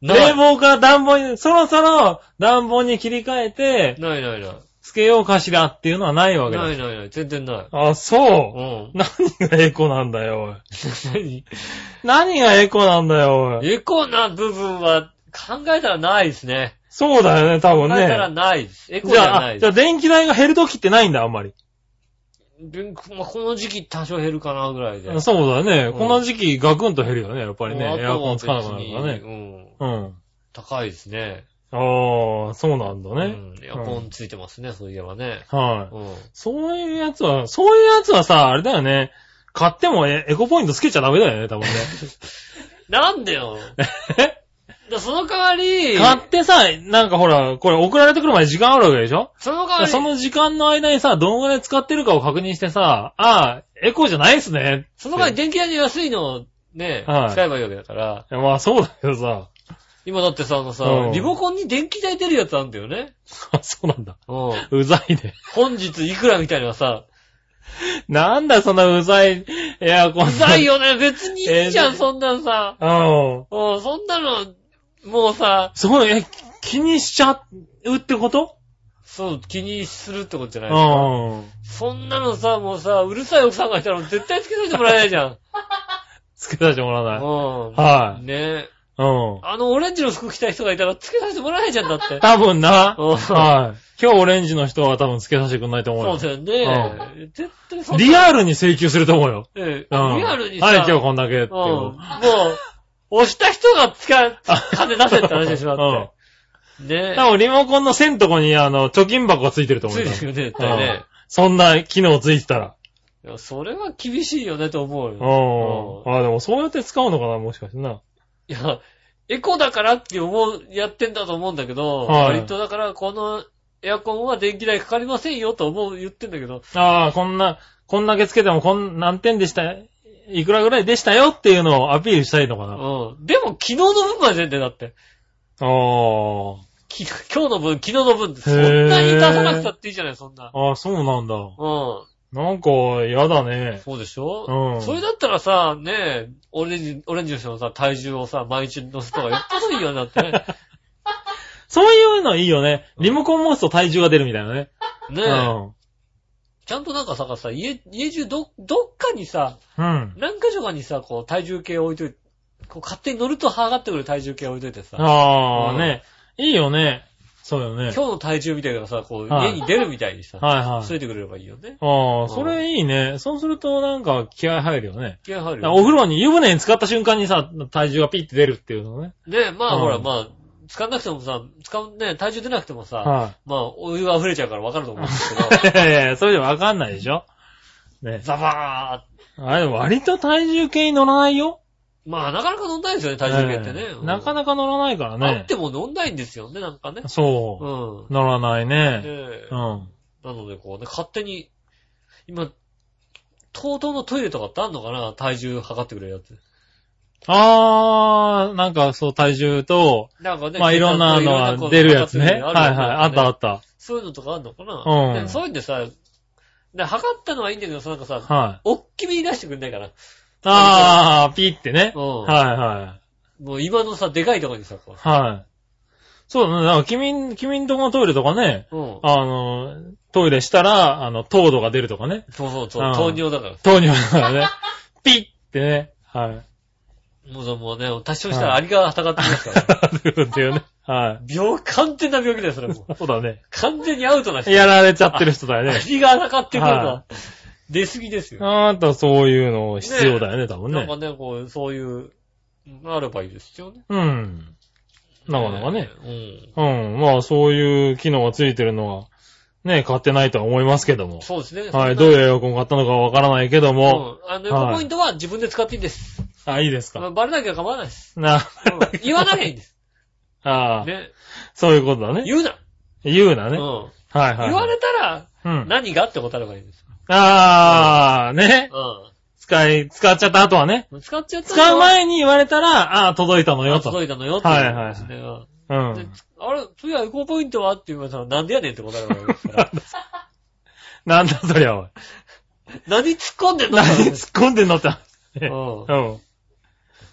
B: な
C: 冷
B: い
C: 房から暖房に、そろそろ暖房に切り替えて、
B: ないないない。
C: つけようかしらっていうのはないわけ
B: な
C: だ。
B: いないない、全然
C: (laughs)
B: ない。
C: あ、
B: う
C: そう。
B: ん。
C: 何がエコなんだよ、おい。
B: 何
C: 何がエコなんだよ、おい。
B: エコな部分は考えたらないですね。
C: そうだよね、多分
B: 考
C: ね。
B: えたらないです。エコ
C: じ
B: じ
C: ゃ
B: ゃ
C: あ
B: な
C: あ、
B: い
C: じゃ
B: で
C: あ電気代が減るときってないんだ、あんまり。
B: す。まあこの時期多少減るかなぐらいで。
C: そうだよ
B: うん
C: ね。この時期ガクンと減るよね、やっぱり
B: もうあ
C: ね。
B: と
C: エ
B: は
C: アコンつかなくなるから
B: 別
C: ね。
B: にうん。
C: うん。
B: 高いですね。
C: ああ、そうなんだ
B: う
C: ね。
B: ん。エアコンついてますね、そういえばね。
C: はい。
B: うん。
C: そういうやつは、そういうやつはさ、あれだよね。買ってもエエコポイントつけちゃダメだよ
B: (laughs)
C: ね、多分ね。
B: なんでよ。だその代わり、
C: 買ってさ、なんかほら、これ送られてくるまで時間あるわけでしょ
B: その代わり、
C: その時間の間にさ、どのぐらい使ってるかを確認してさ、ああ、エコじゃないっすね。
B: その代わり電気代で安いのをね、
C: はい
B: 使えばいいわけだから、
C: いやまあそうだけどさ。 (laughs)
B: 今だってさ、あのさ
C: う、ん
B: リモコンに電気代出るやつあんだよね。
C: あそうなんだ。
B: うん。
C: うざいね。
B: 本日いくらみたいなさ、
C: なんだそのうざいエアコン。
B: うざいよ
C: よ。
B: ね、別にいいじゃ
C: え
B: ん、
C: ー
B: そんなんさ。
C: (laughs) うん。
B: うん、そんなの、もうさ、
C: すごい、え、気にしちゃうってこと
B: そう、気にするってことじゃ
C: う
B: ないですか。そ
C: ん。
B: んなのさ、もうさ、うるさい奥さんがいたら絶対つけといてもらえないじゃ
C: (laughs)
B: ん。
C: つけさせてもらわない。
B: う
C: は
B: ん。ねえ。
C: い。うん。
B: あのオレンジの服着た人がいたらつけさせてもらえないじゃんだ
C: (laughs)
B: って。
C: 多分な。
B: うん
C: はい。今日オレンジの人は多分つけさせてくんないと思う
B: そ
C: よ
B: う。だよね。絶対そんな
C: リアルに請求すると思うよ。
B: ええ
C: うん。
B: リアルにさ、
C: はい、今日こんだけっていう。
B: うん。もう、押した人がつか、金出せって話でしまって。
C: う
B: ね
C: ん。 (laughs) 多分リモコンの線とこにあの、貯金箱がついてると思
B: つ
C: う
B: い
C: よ。
B: ですよね、絶
C: う
B: 対ね
C: ん。そんな機能ついてたら。
B: いやそれは厳しいよねと思う
C: うん。
B: よ。うん
C: あ、でもそうやって使うのかな、もしかしてな。
B: いや、エコだからって思う、やってんだと思うんだけど、
C: はい
B: 割とだから、このエアコンは電気代かかりませんよと思う、言ってんだけど、
C: ああ、こんな、こんだけつけてもこん、何点でしたいくらぐらいでしたよっていうのをアピールしたいのかな。
B: うん。でも、昨日の分まで全然だって。
C: あ
B: き今日の分、昨日の分、そ
C: へー
B: んなに出さなくたっていいじゃない、そんな。
C: あ。ああ、そうなんだ。
B: うん。
C: なんか、やだね。
B: そうでしょ
C: うん
B: それだったらさ、ねえ、オレンジ、オレンジの人のさ、体重をさ、毎日乗せた方がよっぽどいいよなってね。
C: そういうのいいよね。リモコン持つと体重が出るみたいなね。
B: ねえ。ちゃんとなんかさ、さ、家、家中ど、どっかにさ、
C: うん。うん。
B: 何箇所かにさ、こう体重計置いといて、こう勝手に乗ると上がってくる体重計置いといてさ、
C: あ
B: う
C: あ、
B: ん
C: ね。いいよね。そうよね
B: 今日。の体重みたいなのがさ、こう
C: はい
B: 家に出るみたいにさ、
C: はいはい。
B: ついてくれればいいよね。
C: あ
B: う
C: あ、
B: ん
C: それいいね。そうするとなんか気合入るよね。
B: 気合入る
C: お
B: よ。
C: 風呂に湯船に浸かった瞬間にさ、体重がピッて出るっていうのね。
B: ねま
C: う
B: あ
C: ん
B: ほら、まあ、使わなくてもさ、使うね、体重出なくてもさ、
C: は
B: まあ、お湯が溢れちゃうからわかると思うんですけど
C: (laughs) い。いやいやいや、それじゃわかんないでしょ。ね。
B: ザバ
C: あれ、割と体重計に乗らないよ。
B: ーまあ、なかなか乗んないですよね、体重計ってね
C: え。えなか
B: な
C: なか乗らないから
B: あっ
C: ね。
B: ても乗んないんですよね、なんかね。
C: そうう。
B: ん。
C: 乗らない
B: ね
C: ね。
B: え
C: うん。
B: なのでこうね、勝手に、今、TOTO のトイレとかってあんのかな体重測ってくれるやつ。
C: あー、なんかそう、体重と、
B: なんかね、
C: まあいろんなの
B: いろん
C: は
B: な
C: 出るやつね。はい
B: こう
C: はい、
B: 測ってくれるや
C: あ
B: つ
C: ったあった。
B: そういうのとかあんのかな
C: うん
B: でそういうんでさ、で測ったのはいいんだけどさ、なんかさ、
C: はい。
B: おっきめに出してくんないから。
C: あー、ピッてね。
B: うん
C: はいはい。
B: もう今のさ、でかいとこにさ、こ
C: はい。そうだね。だから君、君んとこのトイレとかね、
B: う。うん。
C: あの、トイレしたら、あの、糖度が出るとかね。
B: そうそう
C: う
B: そ
C: ん
B: う、糖尿だから。
C: 糖尿だ
B: (laughs)
C: からね。ピッってね。はい。 (laughs)
B: もうさもうね、多少したらアリが戦ってきますから。
C: 出るっていうね。は
B: 病、完全な病気だよ、それ
C: (laughs)
B: もう。
C: い。そうだね。
B: 完全にアウトな人。
C: やられちゃってる人だよ
B: ア
C: ね。
B: リが戦ってくるの
C: は
B: は、出過ぎですよ。
C: (laughs) あんたそういうの必要だよね、多分
B: なん
C: ね
B: か。ね、こう、そういう、あればいいですよね。
C: うん。なかなかね。。
B: うん。
C: うん。まあ、そういう機能がついてるのは、ね、買ってないとは思いますけども。
B: そうですね。
C: はい。
B: そ
C: ど
B: ん
C: う
B: な
C: いうエアコン買ったのかわからないけども。
B: うん。あの、
C: はい
B: 横ポイントは自分で使っていいんです。
C: あ、いいです
B: まあ
C: か。
B: バレなきゃ構わないです。
C: な、
B: うん言わなきゃいいんです。
C: (laughs) ああ。
B: ね。
C: そういうことだね。
B: 言うな。
C: 言うな
B: う
C: ね。
B: ん
C: はい。はいはい。
B: 言われたら、
C: うん。
B: 何がって答えればいいんです。
C: あー、ね。
B: う
C: 使い、使っちゃった後はね。
B: ん。使っちゃった
C: 使う
B: に
C: 前に言われたら、あー、届いたのよと。
B: 届いたのよって
C: はいいうはい
B: ですね。うん
C: う
B: で
C: ん。
B: あれ、次はエコポイントはって言われたら、なんでやねんって答えればいいです
C: (laughs)
B: から。
C: なんだそりゃ、おい。
B: 何突っ込んでんの
C: 何突っ込んでんのって。
B: うん
C: うん。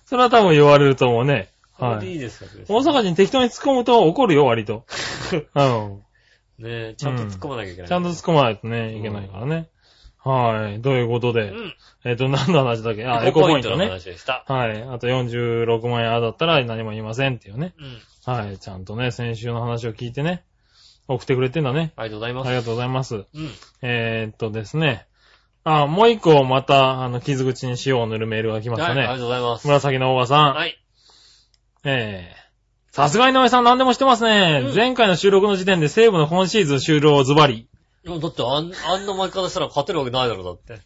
C: それは多分言われると思うね。
B: こ
C: は
B: れで
C: い。
B: いいですか、それ
C: 大阪人適当に突っ込むと怒るよ、割 (laughs) と。うん。
B: ねえ、ちゃんと突っ込まなきゃいけない。
C: ちゃんと突っ込まないとね、いけないからね。はい。ということで
B: う。ん。
C: えっと、何の話だっけあ、エ
B: エ
C: コ
B: コポ
C: ポイ
B: イ
C: ン
B: ン
C: ト
B: トの
C: ね。
B: 話でした。
C: はい。あと46万円あだったら何も言いませんっていうね。
B: うん。
C: はい、ちゃんとね、先週の話を聞いてね、送ってくれてんだね。
B: ありがとうござい
C: あ
B: ます
C: り。がとうございます。
B: うん。
C: えー、っとですね。あ、もう一個また、あの、傷口に塩を塗るメールが来まし
B: は
C: た
B: い、ありが
C: ね。
B: とうございます。
C: 紫の大場さん。
B: はい。
C: えー、さすが井上さん何でもしてますね。
B: うん
C: 前回の収録の時点で西武の今シーズン終了をズバリ。
B: でもだってあん、あんな巻き方したら勝てるわけないだろ、だって。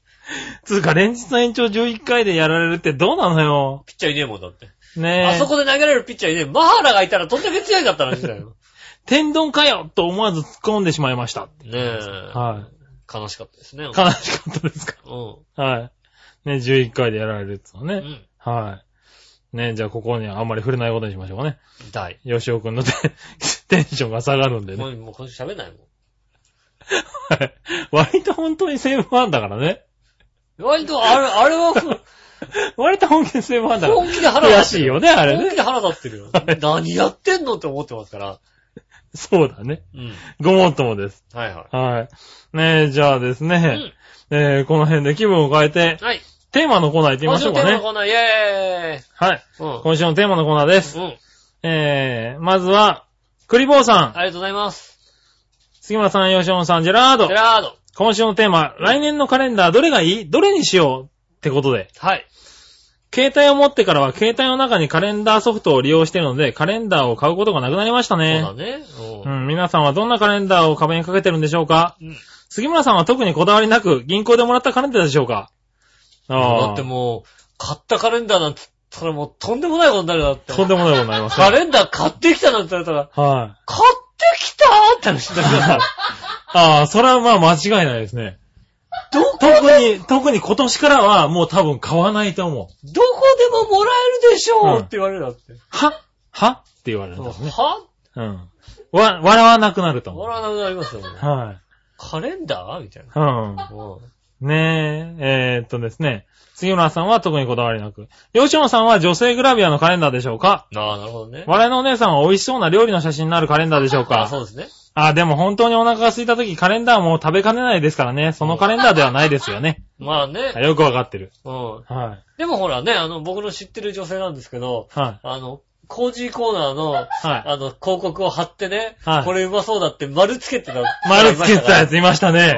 C: つうか、連日の延長11回でやられるってどうなのよ。
B: ピッチャーいねえもんだって。
C: ねえ。
B: あそこで投げられるピッチャーいねえ。マハラがいたらどんだけ強いかった
C: (laughs)
B: 話だよ。
C: 天丼かよと思わず突っ込んでしまいました。
B: ねえ。
C: は
B: 悲しかったですね。
C: い。悲しかったですか。
B: うん。
C: はい。ね、11回でやられるってのはね。
B: うん。
C: はい。ね、じゃあここにはあんまり触れないことにしましょうかね。
B: 痛い。
C: 吉尾くんのテ (laughs) テンションが下がるんで
B: も
C: ね。
B: う、もう今週喋んないもん。
C: はい (laughs) 割と本当に西武ファンだからね。
B: 割と、あれ、あれは、
C: 割と本気で西武ファンだから
B: 本。気で腹
C: 悔
B: 立っ
C: してい
B: る。
C: よね、あれ
B: 本気
C: ね。
B: で腹立ってる
C: (laughs)
B: よ。何やってんのって思ってますから。
C: そうだね。
B: うん。
C: ごもっともです。
B: はいは
C: はい。ねえ、じゃあです
B: い。
C: ね、えーこの辺で気分を変えて
B: う、ん。はい。
C: テーマのコーナー行ってみ
B: 今
C: まし
B: 週
C: ょう
B: のテ
C: か
B: ーマの
C: ね。
B: コーナー、イェーイ
C: はい。
B: う
C: 今週のテーマのコーナーです。
B: ん。うん。
C: えー、まずは、クリボーさん、
B: ありがとうございます。
C: 杉村さん、吉尾さん、ジェラード
B: ジェ。ラード。
C: 今週のテーマ、来年のカレンダーどれがいいどれにしようってことで。
B: はい。
C: 携帯を持ってからは携帯の中にカレンダーソフトを利用しているので、カレンダーを買うことがなくなりましたね。
B: そうだね。
C: う。ん、皆さんはどんなカレンダーを壁にかけてるんでしょうか
B: うん。
C: 杉村さんは特にこだわりなく、銀行でもらったカレンダーでしょうかああ。
B: だってもう、買ったカレンダーなんて、それもうとんでもないことになるよだって。
C: とんでもないことになりますね。
B: カレンダー買ってきたなんて言われたら、
C: はい。 (laughs)
B: 買ってきたって話だよ。
C: ああ、それはまあ間違いないですね。
B: どこ、
C: 特に、特に今年からはもう多分買わないと思う。
B: どこでももらえるでしょう
C: うん
B: って言われるだって。
C: ははって言われるんだろうね。
B: は
C: うん。わ、笑わなくなると思う。
B: もらわなくなりますよ、もう
C: はい。
B: カレンダーみたいな。
C: うん。
B: うん
C: ねえ、えーっとですね。杉村さんは特にこだわりなく。吉野さんは女性グラビアのカレンダーでしょうか
B: ああ、なるほどね。
C: 笑いのお姉さんは美味しそうな料理の写真になるカレンダーでしょう
B: あ
C: か
B: あ、そうですね。
C: あ、でも本当にお腹が空いた時カレンダーも食べかねないですからね。そのカレンダーではないですよね。
B: まあね。
C: よくわかってる。
B: うん。
C: は
B: でもほらね、あの、僕の知ってる女性なんですけど、
C: い。は
B: あの、工事コーナーの、
C: い。は
B: あの、広告を貼ってね、
C: はい
B: これうまそうだって丸つけてた。
C: い。丸つけてたや
B: つ。
C: ついましたね。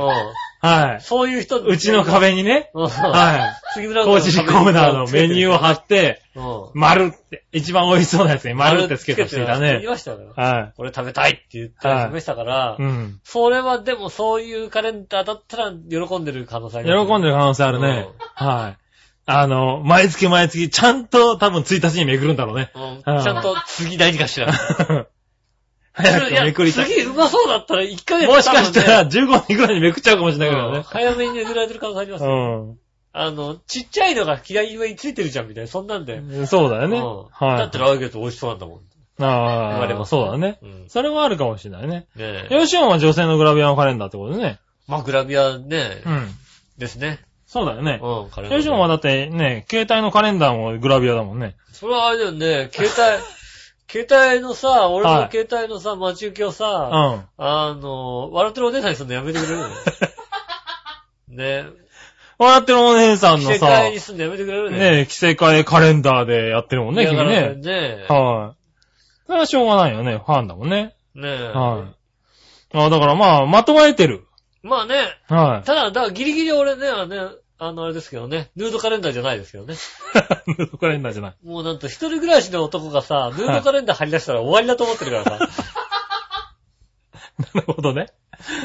C: はい。
B: そういう人
C: うちの。壁にね。
B: うん
C: は
B: 杉
C: い。
B: 村
C: 工事コーナーのメニューを貼って、
B: を、うん
C: 丸って、一番美味しそうなやつに丸ってつけてしていた
B: 丸つけて
C: ね
B: 言い。ましたよ。
C: は
B: これ食べたいって言ったりしましたから
C: い。う、ん。
B: それはでもそういうカレンダーだったら喜んでる可能性あ
C: 喜
B: ります
C: んでる可能性あるね
B: うん。
C: はい。あの、毎月毎月、ちゃんと多分1日にめくるんだろう
B: (laughs)
C: ね。
B: うん
C: うん
B: ちゃんと次何かしら。
C: 早くめくりたい。
B: 次うまそうだったら1ヶ月
C: もしかしたら
B: 多
C: 15人ぐらいにめくっちゃうかもしれないけ
B: 分
C: ど
B: ねうん
C: ね。
B: 早めに巡られてる可能性ありますよ。
C: う
B: あの、ちっちゃいのが左上についてるじゃんみたいな、そんなんだよ。
C: ん。そうだよね。
B: うん
C: はい。
B: だったら来月美味しそうなんだもん。
C: ああ、
B: 言われます
C: そうだね。
B: うん。ね
C: それはあるかもしれないね。
B: え。
C: ヨシオンは女性のグラビアのカレンダーってことね。
B: まあ、グラビアね
C: う、ん。
B: ですね。
C: そうだよね。
B: うん、カレンダー
C: ヨシオンはだってね、携帯のカレンダーもグラビアだもんね。
B: それはあれだよね、携帯、携帯の (laughs) さ、俺の
C: はい
B: 携帯のさ、待ち受けを
C: う
B: さ、
C: ん。
B: あの、笑ってるお姉さんにするのやめてくれるの
C: (laughs)
B: ね
C: 笑ってるお姉さんの
B: 世
C: さ
B: 界、にすんのやめてくれる
C: ね、着せ替えカレンダーでやってるもんね、
B: だ
C: 君
B: から
C: ね。
B: ね
C: はい。それはしょうがないよね。ファンだもんね。
B: ね
C: はい。あだからまあ、まとまえてる。
B: まあね、
C: はい。
B: ただ、だからギリギリ俺ね、あのね、あの、あれですけどね、ヌードカレンダーじゃないですけどね。
C: ヌード (laughs) カレンダーじゃない。 (laughs)
B: もうなんと一人暮らしの男がさ、ヌードカレンダー貼り出したら終わりだと思ってるからさ。
C: なるほどね。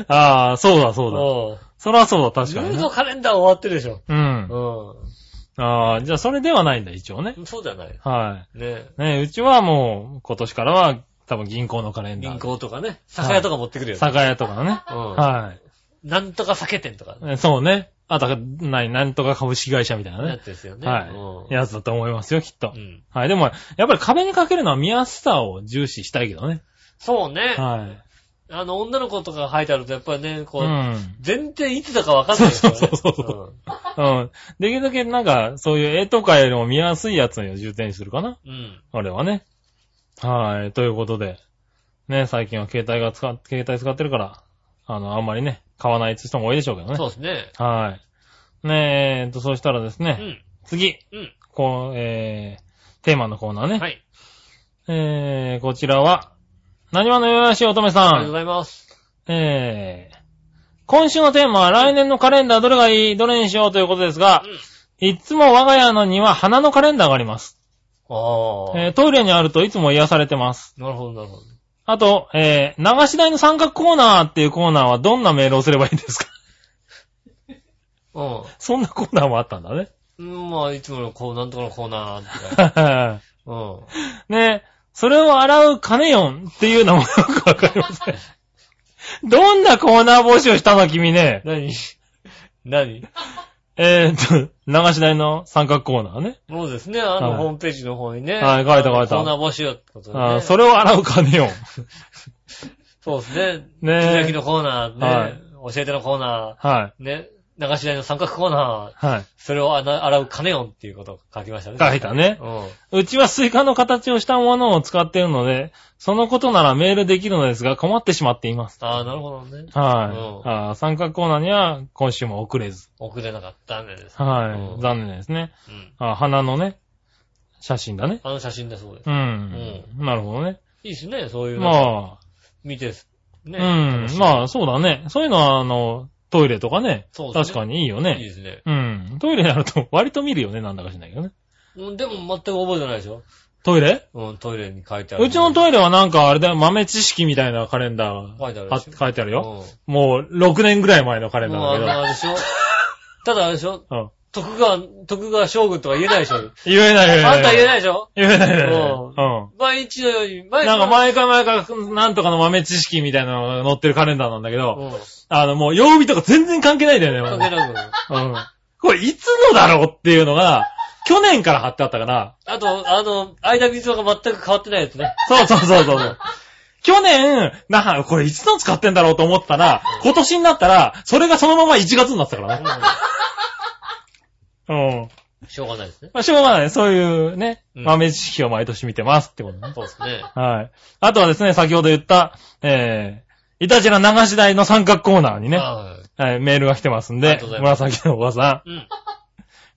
C: ああ、そうだそうだ。
B: そ
C: それはそうだ、確
B: ヌ
C: かに
B: ー
C: ね
B: ド。カレンダー終わってるでしょ。
C: うん。
B: う
C: ああ、じゃあそれではないんだ、一応ね。
B: ん。そうじゃない。
C: は
B: ね
C: い。ねうちはもう、今年からは、多分銀行のカレンダー。
B: 銀。行とかね、酒屋とか持ってくるよね。
C: 酒屋とかね。
B: う
C: は
B: ん。なんとか酒店とか
C: い。。ねそうね。あと、ない、なんとか株式会社みたいな
B: なっ
C: ね。
B: てですよね。
C: はい。
B: うん
C: やつだと思いますよ、きっと
B: う。ん。
C: はい。でも、やっぱり壁にかけるのは見やすさを重視したいけどね。
B: そうね。
C: はい。
B: あの、女の子とか書いてあると、やっぱりね、こ
C: う
B: う、
C: ん。
B: 全然いつだかわかんないですよね。
C: そうそうそうそうん。できるだけなんか、そういう絵とかよりも見やすいやつを重点にするかな。
B: うん。うん。
C: あれはね。はい。ということで。ね、最近は携帯が使っ、携帯使ってるから、あの、あんまりね、買わないって人も多いでしょうけどね。
B: そうですね。
C: はい。ねえ、えーっと、そうしたらです
B: う
C: ね、
B: ん。
C: 次、
B: うん。
C: こう、えー、テーマのコーナーね。
B: はい。
C: えー、こちらは、何話のよよしい乙女
B: あ
C: さ
B: りがとうご
C: ん。
B: ざいます。
C: えー、今週のテーマは来年のカレンダーどれがいいどれにしようということですが
B: う、ん。
C: いつも我が家のには花のカレンダーがあります。
B: ああ。
C: えー、トイレにあるといつも癒されてます。
B: なるほど、なるほど。
C: あと、えー、流し台の三角コーナーっていうコーナーはどんなメールをすればいいんですか (laughs)
B: うん。
C: そんなコーナーもあったんだね。 (laughs)
B: うん、まあ、いつものこう、なんとかのコーナーみたいな。うん。
C: ねそれを洗うカネヨンっていうのもよくわかりま
B: (laughs)
C: せん。どんなコーナー募集したの君ね。
B: 何何
C: えー、っと、 (laughs) 流し台の三角コーナーね。
B: そうですね、あ
C: はい
B: の、ホームページの方にね。
C: はい書いた書いた
B: コーナー募集ってことで
C: あー
B: ね。
C: それを洗うカネヨン。
B: そうですね。
C: ねえ
B: ねきのコーナ
C: は
B: ーね。教えてのコーナ
C: はい。
B: ー。ね。流し台の三角コーナー。
C: はい。
B: それをあな洗うカネオンっていうことを書きましたね。
C: 書いたね
B: うん。
C: うちはスイカの形をしたものを使っているので、そのことならメールできるのですが困ってしまっています。
B: ああ、なるほどね。
C: は
B: う
C: い。あー三角コーナーには今週も遅れず。
B: 送れなかったんです。
C: は
B: う
C: い。
B: ん
C: 残念ですね。
B: うん。
C: あ、花のね、写真だね。
B: あの写真だそうです。
C: うん。なるほどね。
B: いいですね、そういうの。
C: まあ、
B: 見て、ね。
C: うん。まあ、そうだね。そういうのは、あの、トイレとかね。
B: そうですね
C: 確かにいいよ
B: いい
C: ね。
B: ですね。
C: うん。トイレやると (laughs) 割と見るよね。なんだかしないけどね。
B: うん、でも全く覚えてないでしょ
C: トイレ
B: うん、トイレに書いてある。
C: うちのトイレはなんかあれだよ、豆知識みたいなカレンダー
B: 書いてある
C: が
B: で
C: あ
B: しょ
C: 書いてある
B: イ
C: よ。もう6年ぐらい前のカレ
B: う
C: ン
B: ん。
C: ダ
B: もうあ
C: ー
B: の、あ
C: だ
B: れでしょ (laughs) ただあれでしょ
C: けど。うん。
B: 徳川、徳川将軍とか言えないでしょ
C: 言えない言えない。
B: あんた言え
C: い。
B: ないでしょ
C: 言えない言えない。
B: うん
C: うん。
B: 毎日のように、毎日。
C: なんか毎回毎回、なんとかの豆知識みたいなのが載ってるカレンダーなんだけど、
B: うん。
C: あの、もう曜日とか全然関係ないんだよね、
B: 関
C: も
B: 係なく。
C: う。うん。これいつのだろうっていうのが、去年から貼ってあったから、
B: あと、あの、間水戸が全く変わってないやつね。
C: そうそうそうそう。去年、なは、これいつの使ってんだろうと思ったら、今年になったら、それがそのまま1月になってたからね。うん。
B: しょうがないですね。
C: まあ、しょうがない。そういうね、
B: うん
C: 豆知識を毎年見てますってことね。
B: そうですね。
C: はい。あとはですね、先ほど言った、えー、いたじら流し台の三角コーナーにね、
B: は
C: はい、メールが来てますん
B: あり
C: で
B: がとう、ございます
C: 紫のおばさん。
B: い。うん。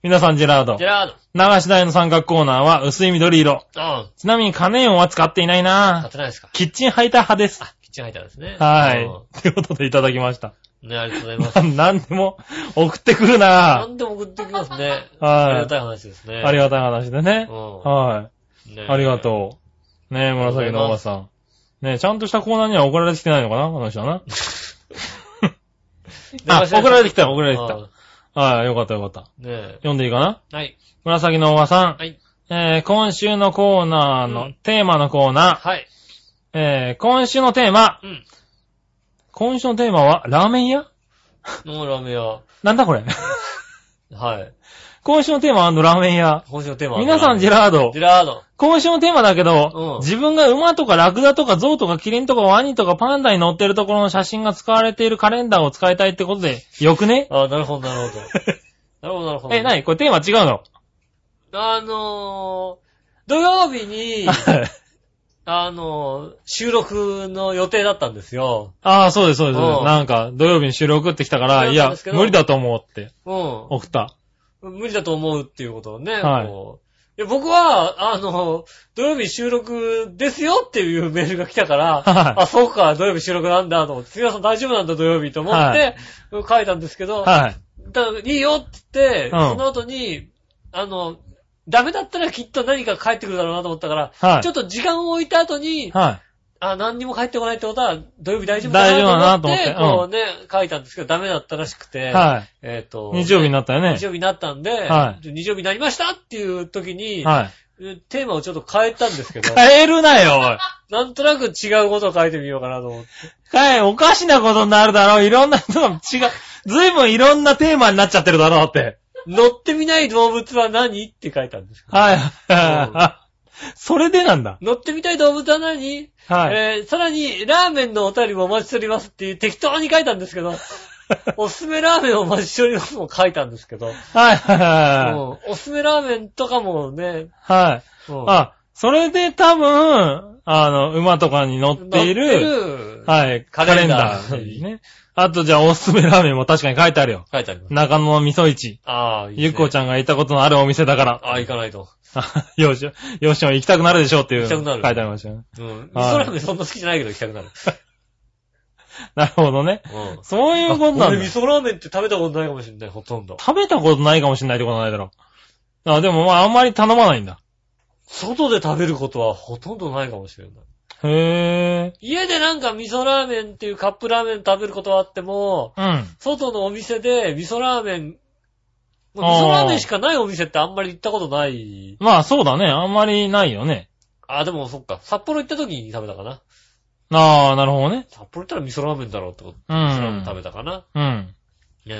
C: 皆さん、ジェラード
B: ジェ。ラード。
C: 流し台の三角コーナーは薄い緑色。
B: ああ、
C: ちなみに、カネオンは使っていない
B: 買
C: な
B: ってないですか。
C: キッチンハイター派です。
B: あ、キッチンハイターですね。
C: は
B: う
C: い。ということでいただきました。
B: ん。ね、ありがとうござい
C: (laughs)
B: ます。
C: ななんでも送ってくるな
B: 何でも送ってきますね。
C: はい
B: ありがたい話ですね。
C: ありがたい話でね。
B: う
C: は
B: ん
C: い。
B: ね
C: ありがとう。ねえ、紫のおばさん。ねえ、ちゃんとしたコーナーには送られてきてないのかなあの人は
B: (laughs)
C: な。あ、送られてきた、送られてき
B: ああ
C: た。はい、よかったよかった。
B: ね
C: 読んでいいかな
B: え。はい。
C: 紫のおばさん。
B: はい。
C: えー、今週のコーナーの、
B: うん
C: テーマのコーナー。
B: はい。
C: えー、今週のテーマ。
B: うん。
C: 今週のテーマは、ラーメン屋
B: ノーラーメン屋。
C: なんだこれ (laughs)
B: はい。
C: 今週のテーマは、ラーメン屋。
B: 今週のテーマは
C: 皆さん、ジェ
B: ラ
C: ラード
B: ジ。ェラード。
C: 今週のテーマだけ
B: うん
C: ど、自分が馬とかラクダとかゾウとかキリンとかワニとかパンダに乗ってるところの写真が使われているカレンダーを使いたいってことで、よくね
B: ああ、なるほど、なるほ
C: (laughs)
B: ど。なるほど、なるほど。
C: え、なにこれテーマ違うの
B: あのー、土曜日に、あのー、収録の予定だったんですよ。
C: (laughs) ああ、そうです、そうです。
B: うん
C: なんか、土曜日に収録ってきたから、
B: そう
C: い
B: なん
C: や
B: ですけ、ど
C: 無理だと思うって
B: うん。
C: 送った。
B: 無理だと思うっていうことをね、
C: はい
B: こういや僕は、あの、土曜日収録ですよっていうメールが来たから、
C: (laughs) はい
B: あ、そうか、土曜日収録なんだと思って、杉田さん大丈夫なんだ土曜日と思って、書いたんですけど、
C: はい。
B: だからいいよって言って、
C: うん
B: その後に、あの、ダメだったらきっと何か返ってくるだろうなと思ったから、
C: はい
B: ちょっと時間を置いた後に、
C: は
B: あ、何にも返ってこないってことは、土曜日大丈夫だなと思って、
C: 大丈夫だなと
B: こ
C: 思
B: うね、書いたんですけど、ダメだったらしくて、
C: い。は
B: えっ、と、
C: い。日曜日になったよね
B: 日。曜日になったんで、
C: は
B: 日曜日になりましたっていう時に、
C: はい。
B: テーマをちょっと変えたんですけど、
C: 変えるなよ、おい。
B: なんとなく違うことを書いてみようかなと思って。
C: 変え、おかしなことになるだろう。いろんな人が違う。ずいぶんいろんなテーマになっちゃってるだろうって。
B: 乗ってみない動物は何って書いたんですけど。
C: はい。それでなんだ。
B: 乗ってみたい動物は何、
C: はい。
B: えー、さらに、ラーメンのお便りもお待ちしておりますっていう適当に書いたんですけ
C: (laughs)
B: ど、おすすめラーメンをお待ちしておりますも書いたんですけど、
C: はいはいは
B: うんおすすめラーメンとかもね、
C: い。はい。
B: うん
C: あ、それで多分、あの、馬とかに乗ってい
B: 載って
C: る、
B: る
C: はい、
B: カ
C: カ
B: レ
C: レ
B: ン
C: ン
B: ダ
C: ダ
B: ー
C: ーにね。あとじゃあ、おすすめラーメンも確かに書いてあるよ。
B: 書いてあります。
C: 中野の味噌市。
B: ああ、いい、ね。
C: ゆっこちゃんが行ったことのあるお店だから。
B: ああ、行かないと。
C: (laughs) よし、よしも行きたくなるでしょうっていう。
B: 行きたくなる
C: 書いてありましたよね。 (laughs)
B: うん。味
C: はい
B: 噌ラーメンそんな好きじゃないけど行きたくなる。
C: なるほどね。
B: うん。
C: そういうことなん
B: 俺
C: だ
B: 味。噌ラーメンって食べたことないかもしれない、ほとんど。
C: 食べたことないかもしれないってことはないだろう。あ、でもまああんまり頼まないんだ。
B: 外で食べることはほとんどないかもしれない。
C: へ
B: 家でなんか味噌ラーメンっていうカップラーメン食べることはあっても、
C: ぇー。うん。
B: 外のお店で味噌ラーメン、味
C: あー
B: 噌ラーメンしかないお店ってあんまり行ったことない。
C: まあそうだね。あんまりないよね。
B: あ、でもそっか。札幌行った時に食べたかな。
C: ああ、なるほどね。
B: 札幌行ったら味噌ラーメンだろうってこと。
C: う
B: 味噌ラーメン
C: ん
B: 食。べたかな。
C: うん。
B: ね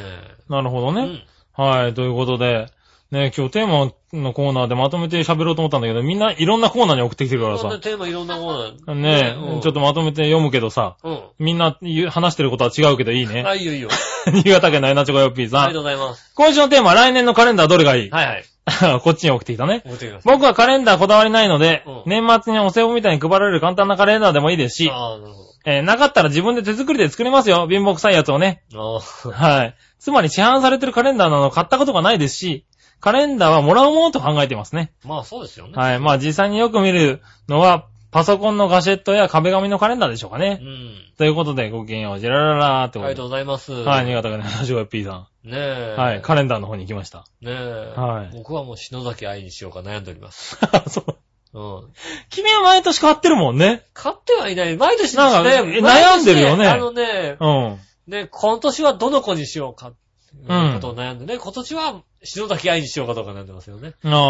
C: なるほど
B: え。う
C: ね。
B: ん。
C: はい。ということで、ね、今日テーマのコーナーでまとめて喋ろうと思ったんだけど、みんないろんなコーナーに送ってきてるから
B: そんな
C: さ。
B: テーマいろんなものなんだ
C: ね
B: うん
C: ちょっとまとめて読むけどさ。
B: うん。
C: みんな言う話してることは違うけどいいね。
B: あ、いいよいいよ。
C: (laughs) 新潟県のエナチョコヨッピー
B: あ
C: さ
B: りがと
C: ん。
B: うございます。
C: 今週のテーマ、来年のカレンダーどれがいい (laughs)
B: はいはい。
C: こっちに送ってきたね。
B: 持ってきます。
C: 僕はカレンダーこだわりないので
B: うん、
C: 年末にお歳暮みたいに配られる簡単なカレンダーでもいいですし、
B: ああ、なるほ
C: えーなかったら自分で手作りで作りますよ。貧乏臭いやつをね。
B: ど。あ
C: はい。つまり市販されてるカレンダーなの買ったことがないですし、カレンダーはもらうものと考えてますね。
B: あ、まあそうですよね。
C: はい。まあ実際によく見るのは、パソコンのガジェットや壁紙のカレンダーでしょうか
B: う
C: ね。
B: ん。
C: ということで、ごきげんよう、ジェラララーって
B: あ
C: こ
B: りが
C: とで
B: と。うございます。
C: はい、
B: ね
C: 新潟県のラジオ P さ
B: え。
C: ん。はい、カレンダーの方に行きました。
B: ねえ。
C: はい
B: 僕はもう篠崎愛にしようか悩んでおります。
C: (laughs) そう。
B: うん。
C: 君は毎年買ってるもんね。
B: 買ってはいない。毎年ですね。
C: なんかえ
B: 毎年
C: 悩んでるよね
B: あのね、
C: うん。
B: ね、今年はどの子にしようかっていう
C: うん
B: ことを悩んでね、今年は篠崎愛にしようかどうか悩んでますよね。
C: ああ。
B: ま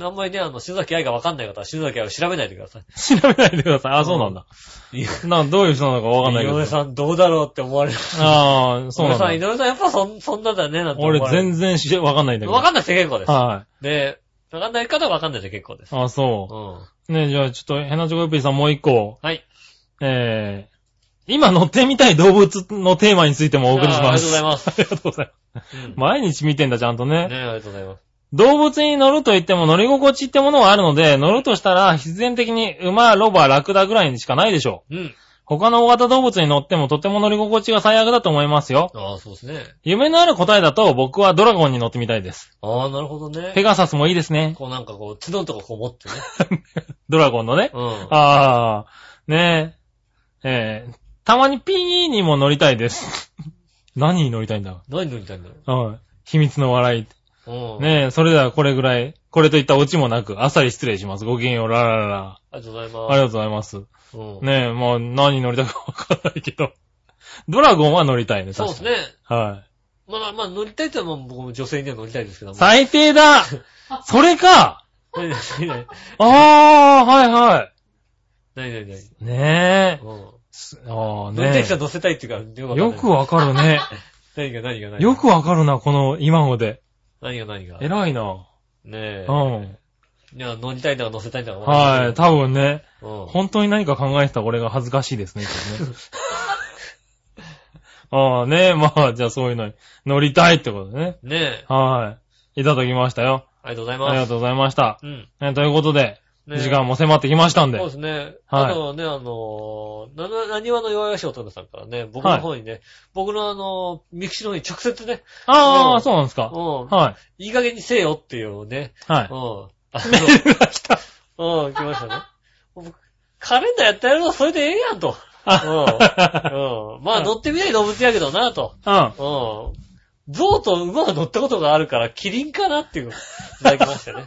B: あ、あんまりね、あの、篠崎愛がわかんない方は篠崎愛を調べないでくださ
C: 調べないでください。あ、そうなんだ。
B: い。い
C: な、どういう人なのかわかんない
B: 井
C: けど
B: 上。さんどうだろうって思われる。
C: ああ、そう
B: 井上
C: なんだ。
B: さん、井上さんやっぱそんそんなだね、なんて思われ
C: 俺
B: る。
C: 全然し、わかんないんだけど。
B: わかんないって結構です。
C: はい。
B: で、わかんない方はわかんないで結構です。
C: あ
B: う
C: そ
B: ん。
C: う。ねじゃあちょっと、ヘナチョコヨッピーさんもう一個。
B: はい。
C: えー、今乗ってみたい動物のテーマについてもお送りします。
B: あ
C: ありがとうございます。
B: うん
C: 毎日見てんだ、ちゃんと
B: ね
C: ね。
B: え、ありがとうございます。
C: 動物に乗ると言っても乗り心地ってものはあるので、乗るとしたら必然的に馬、ロバ、ラクダぐらいにしかないでしょう。
B: うん。
C: 他の大型動物に乗ってもとても乗り心地が最悪だと思いますよ。
B: ああ、そうですね。
C: 夢のある答えだと僕はドラゴンに乗ってみたいです。
B: ああ、なるほどね
C: ペ。ガサスもいいですね。 (laughs)
B: こうなんかこう、角のとかこう持ってね。
C: ドラゴンのね。
B: うん。
C: ああ、ねえ。えーたまにピーにも乗りたいです。 (laughs) 何に乗りたいんだ
B: 何塗りたいんだろ
C: うん。秘密の笑い。
B: う。うん。
C: ねえ、それではこれぐらい。これといったオチもなく、あっさり失礼します。ごきげんよう、ララララ。
B: ありがとうござい
C: あ
B: ま
C: り
B: す。
C: がとうございます。
B: うん。
C: ねえ、まあ、何に乗りたかわからないけど。ドラゴンは乗りたいね、
B: そう
C: 確
B: で
C: か
B: す
C: に。
B: ね。
C: は
B: まあまあまあ、乗りたいってのはもう僕も女性には乗りたいですけど
C: い。
B: も。
C: 最低 (laughs) だそれか
B: 何何何
C: ああ、はいは
B: 何何何
C: い。ねえ。
B: うん。
C: すああ、
B: 乗りたい
C: ね
B: 人は乗せたいっていうか、
C: え。
B: よ
C: よくわかる (laughs) ね。
B: 何が何が何が
C: よくわかるな、この今まで。
B: 何が何がね
C: 偉いな。
B: え
C: う。ん。
B: いや、乗りたいんだか乗せたいんだか。
C: はい、多分ね。
B: うん。
C: 本当に何か考えてた俺が恥ずかしいですね、 (laughs) 今日ねああ、ねえ、まあ、じゃあそういうのに乗りたいってことでね。
B: ねえ。
C: はい。いただきましたよ。
B: ありがとうござい
C: ありが
B: ます。
C: とうございました。
B: うん。
C: ねということで、
B: ねえ
C: 時間も迫ってきましたんで。
B: そうですね。
C: はい
B: あとね、あのー、なな、なにわの弱々しい乙女さんからね、僕の方にね、僕のあのー、ミクシーの方に直接ね、
C: あ
B: う
C: あ、
B: ん
C: そうなんですか。
B: うん、
C: はい
B: い加減にせえよっていうね、
C: い。は
B: うん
C: い。。
B: あ
C: メールが来た。
B: の、うん、来ましたね。僕カレンダーやってやるのはそれでええやんと。
C: あ
B: うん。まあ乗ってみない動物やけどなと。
C: うん。
B: うん。象と馬は乗ったことがあるから、キリンかなっていうのをいただきました
C: (laughs)
B: ね。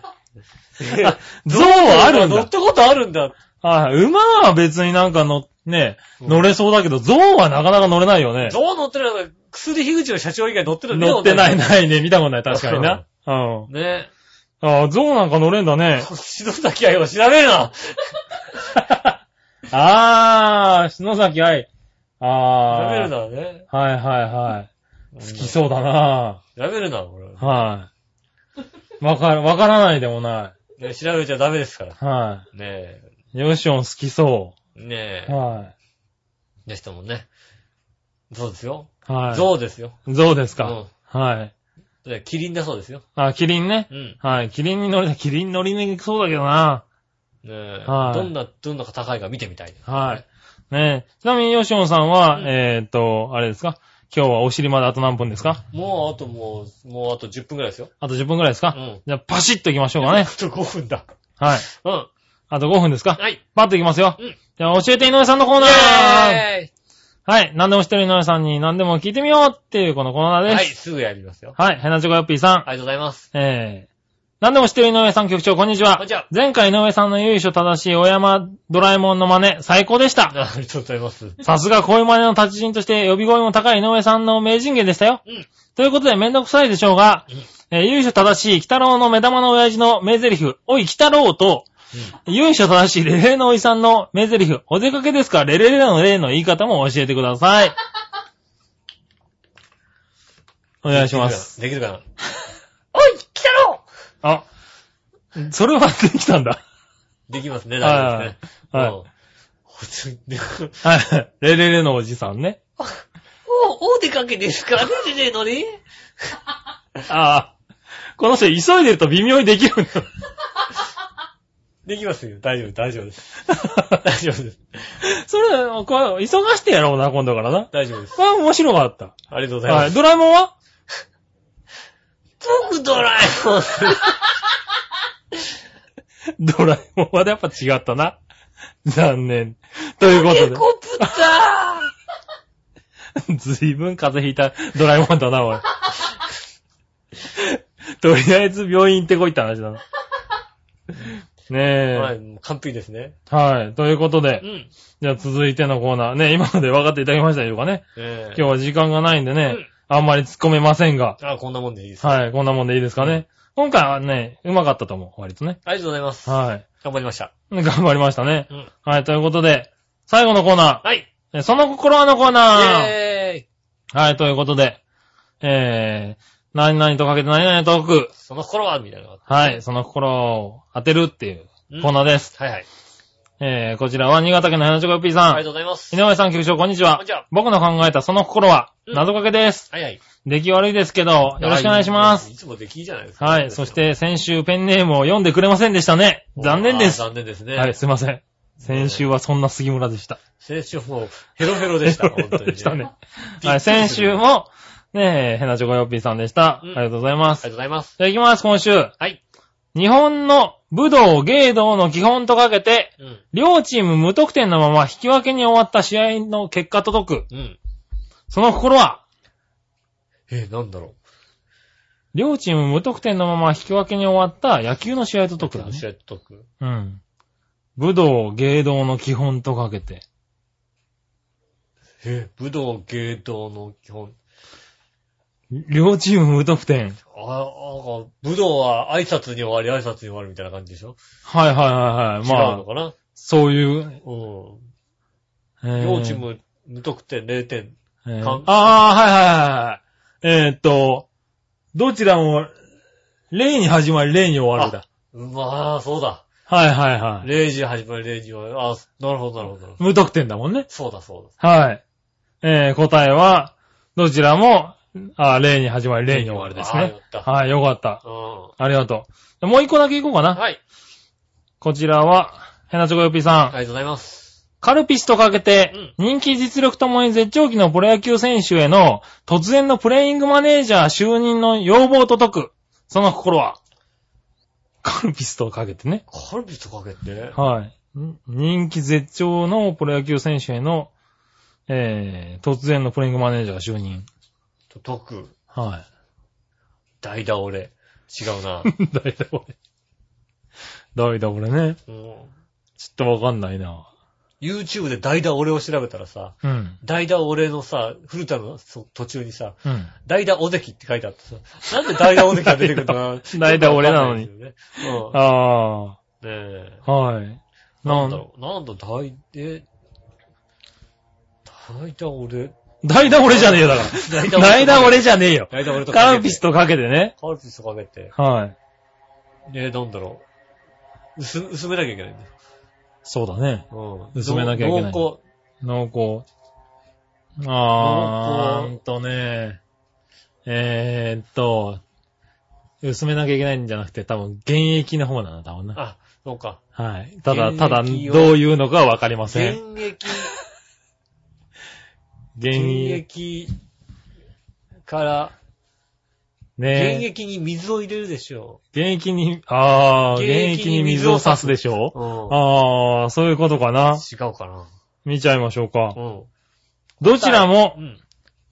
C: 象
B: (laughs)
C: はあるん
B: 乗っ
C: だ。
B: たことあるんだ。
C: あ馬は別になんかの、ね、
B: うん
C: 乗れそうだけど、象はなかなか乗れないよね。
B: 象乗ってるのが、薬樋口の社長以外乗ってるの見た
C: 乗
B: こ
C: っ
B: と
C: てない、。ないね。見たことない、確かにな。 (laughs) うん。
B: ね
C: ああ、象なんか乗れんだ
B: え。
C: (laughs) ね。
B: 篠崎愛を調べる
C: (laughs)
B: な
C: ああ、篠崎愛。
B: 調
C: ああ。
B: べるな、ね。
C: はいはいはい。好
B: 好
C: きそうだな。
B: 調べるな、俺。
C: はい。わかる、わからないでもな
B: ね調べちゃダメですから。
C: い。は
B: ね
C: い。ヨシオン好きそ
B: え。ねえ。
C: う。は
B: でしたもんね。そうですよ。
C: い。はい。
B: 象ですよ。
C: う。ゾウです
B: う
C: か。
B: ん
C: はい。
B: でキリンだそうですよ。
C: あ、キリンね
B: う。ん。
C: はい。キリンに乗りたい。 (laughs) キリン乗りにくそうだけどな。
B: ねえ。
C: はい
B: どんな、どんな高いか見てみたい。
C: はい。ねえ。ちなみにヨシオンさんは、
B: うん
C: えーっと、あれですか今日はお尻まであと何分ですか
B: もう、あともう、もうあと10分ぐらいですよ。
C: あと10分くらいです
B: う
C: か、
B: ん。
C: じゃあ、パシッと行きましょうかね
B: あ。と5分だ。
C: はい。
B: うん。
C: あと5分ですか
B: はい。
C: パッと行きますよ。
B: うん
C: じゃあ、教えて井上さんのコーナー
B: イェーイ
C: はい。何でも知ってる井上さんに何でも聞いてみようっていうこのコーナ
B: は
C: ーで
B: い、
C: す。
B: すぐやりますよ。
C: はい。ヘナチョコヨッピーさん。
B: ありがとうございます。
C: えー。何でも知ってる井上さん局長、こんにちは。
B: こんにちは
C: 前回井上さんの由緒正しいお山ドラえもんの真似、最高でした。
B: ありがとうございます。
C: さすが声真似の達人として呼び声も高い井上さんの名人芸でしたよ。
B: うん
C: ということで、めんどくさいでしょうが、えー、由緒正しい北郎の目玉の親父の名台詞、おい北郎と、由緒正しいレレのおじさんの名台詞、お出かけですかレレレのレの言い方も教えてください。お
B: お
C: 願いします。。
B: できるかなおい来たろ
C: あ、それはできたんだ。
B: できますね、大丈夫ですね。
C: はいはい
B: うんほつ (laughs) で
C: はい。 (laughs) レレレのおじさんね。
B: お、お出かけですか出てねえのに
C: (laughs) ああ。この人急いでると微妙にできるんだ。
B: できますよ。大丈夫、大丈夫
C: (laughs)
B: です。大丈夫です。
C: (laughs) それ、こう急がしてやろうな、今度からな。
B: 大丈夫です。
C: これは面白かった。
B: ありがとうござい
C: は
B: ま
C: い。
B: す。
C: ドラえもんは
B: 僕ドラえもん。
C: (laughs) ドラえもんはやっぱ違ったな。残念。というこ
B: ヘ
C: と
B: コプター
C: で、ずいぶん風邪ひいたドラえもんだな、おい。とりあえず病院行ってこいって話だ
B: は
C: な。ね
B: い、もう完璧ですね。
C: え。はい。ということで
B: う、ん。
C: じゃあ続いてのコーナー。ね、今まで分かっていただきましたでしょうかね。
B: ええ
C: 今日は時間がないんでね
B: うん、
C: あんまり突っ込めませんが。
B: あ、こんなもんでいいです。
C: はい、こんなもんでいいですかね。今回はね、うまかったと思う、割とね。
B: ありがとうございます。
C: はい。
B: 頑張りました。
C: 頑張りましたね。
B: うん。
C: はい、ということで、最後のコーナ
B: はい。
C: ー。えその心はのコー
B: イ
C: ナー。
B: ェーイ
C: はい、ということで、えー、何々とかけて何々トーク。
B: その頃は、みたいな。
C: はい、その心を当てるっていうコーナーです。
B: はいはい。
C: えー、こちらは新潟県の花チョコピーさん。
B: ありがとうございます。
C: 井上さん、局長、こんにちは
B: こんにちは。
C: 僕の考えたその心は、
B: うん
C: 謎かけです。
B: はいはい。
C: 出来悪いですけど、よろしくお願いします。
B: いつもできいいじゃないですか。
C: はい。そし、て、先週ペンネームを読んでくれませんでしたね。残念です。
B: 残念ですね。
C: はい、すいません。先週はそんな杉村でした。
B: 先週もうヘロヘロで
C: (laughs)
B: した、本当に、
C: でしたね。
B: びっくりする
C: はい、先週も、ねえ、ヘナチョコヨッピーさんでした。あ
B: うん
C: りがとうござい
B: あり
C: ま
B: がと
C: す。
B: うございます。
C: じゃあ行きます、今週。
B: はい。
C: 日本の武道、芸道の基本とかけて、
B: うん。
C: 両チーム無得点のまま引き分けに終わった試合の結果届
B: う
C: く。
B: ん。
C: その心は、
B: えー、なんだろ
C: 両チーム無得点のまま引き分けに終わった野球の試合と
B: う。
C: 解くだね。
B: 試合解く。
C: うん。武道、芸道の基本とかけて。
B: えー、武道、芸道の基本。
C: 両チーム無得点。
B: ああ、なんか、武道は挨拶に終わり、挨拶に終わるみたいな感じでしょ
C: はいはいはいはい。
B: 違う
C: ま
B: の
C: あ、
B: かな、
C: そういう。
B: うん。
C: えー
B: 両チーム無得点0点。
C: えー
B: 関
C: ああ、はいはいはいはい。えーっと、どちらも、例に始まり、例に終わるだ。
B: うんまあ、そうだ。
C: はいはいはい。
B: 0時始まり、0時終わる。あなるほど、なるほど。
C: 無得点だもんね。
B: そうだ、そうだ。
C: はい。えー、答えは、どちらも、あー例に始まり、例に終わるです
B: あ
C: ね
B: よ。かった。
C: はい、よかった。
B: うん。
C: ありがとう。もう一個だけいこうかな。
B: はい。
C: こちらは、ヘナチョコヨッピーさん。
B: ありがとうございます。
C: カルピスとかけて、人気実力ともに絶頂期のプロ野球選手への突然のプレイングマネージャー就任の要望と解く。その心はカルピスとかけてね。
B: カルピスかけて
C: はい。ん人気絶頂のプロ野球選手への、えー、突然のプレイングマネージャー就任。
B: と解く。
C: は
B: 代打俺。違う
C: (laughs)
B: な。
C: い。誰だこれ。誰だこれね。
B: うん
C: ちょっとわかんないな。
B: YouTube で代打俺を調べたらさ、
C: うん。
B: 代打俺のさ、古田のそ途中にさ、
C: うん。
B: 代打おできって書いてあってさ、なんで代打おできが出てくるのかな
C: (laughs) 代打俺なの
B: よ
C: に
B: くわかんないで
C: あ
B: すよねうん。ねえ。
C: あ、はい。
B: なんだろう。なんだ、代、え、代打俺。
C: 代打俺じゃねえよだから。 (laughs)
B: 代
C: 代打俺じゃねえよ。
B: 代打俺と
C: カルピス
B: と。
C: とかけてね。
B: カルピスとかけて。
C: はい。
B: え、なんだろう。薄、薄めなきゃいけないんだよ。
C: そうだね。
B: うん。
C: 薄めなきゃいけない
B: 濃厚。
C: 濃厚。
B: 濃
C: あー
B: 厚
C: うんとね。えーっと、薄めなきゃいけないんじゃなくて、多分、現役の方だな、多分な。
B: あ、そうか。
C: はい。ただ、ただ、どう
B: 現役を
C: いうのかはわかりません。
B: 現役、現
C: 現役。
B: 役から、現
C: ね
B: 役に水を入れるでしょ
C: 現役に、あー、
B: 現
C: 現
B: 役
C: 役
B: に
C: に
B: 水
C: 水
B: を
C: を
B: 差
C: 差
B: す
C: すでしょ
B: う。うん。
C: あー、そういうことかな。
B: 違うかな。
C: 見ちゃいましょうか
B: う。ん。
C: どちらも
B: う、ん。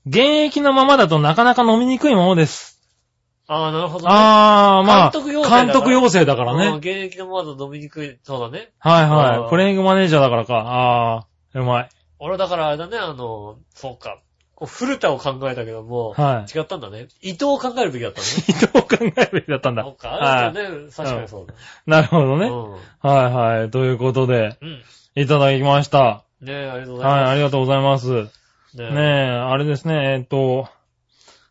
C: 現役のままだとなかなか飲みにくいものです。
B: ああ、なるほどね。
C: あー、まあ、
B: 監
C: 監
B: 督
C: 督
B: 要請だから
C: 要請だから
B: うん
C: ね。
B: 現役のまだ飲みにくい。そうだね。
C: はい
B: あー
C: はい。プレイングマネージャーだからか。あー、うまい。
B: 俺だからあれだね、あの、そうか。こう古田を考えたけども、 (laughs)
C: はい。
B: 違ったんだね。伊藤を考えるべきだったね。
C: (laughs) 伊藤を考えるべきだったんだ。
B: そうか。あ
C: は
B: れ
C: い。
B: だね、確かにそうだ。
C: なるほど
B: う
C: ね。
B: ん。
C: はいはい。ということで、
B: うん。
C: いただきました。
B: ねえ、ありがとうござい
C: はい、
B: ま
C: ありがとうございます。
B: す。ね
C: ねえ、あれですね、えっと、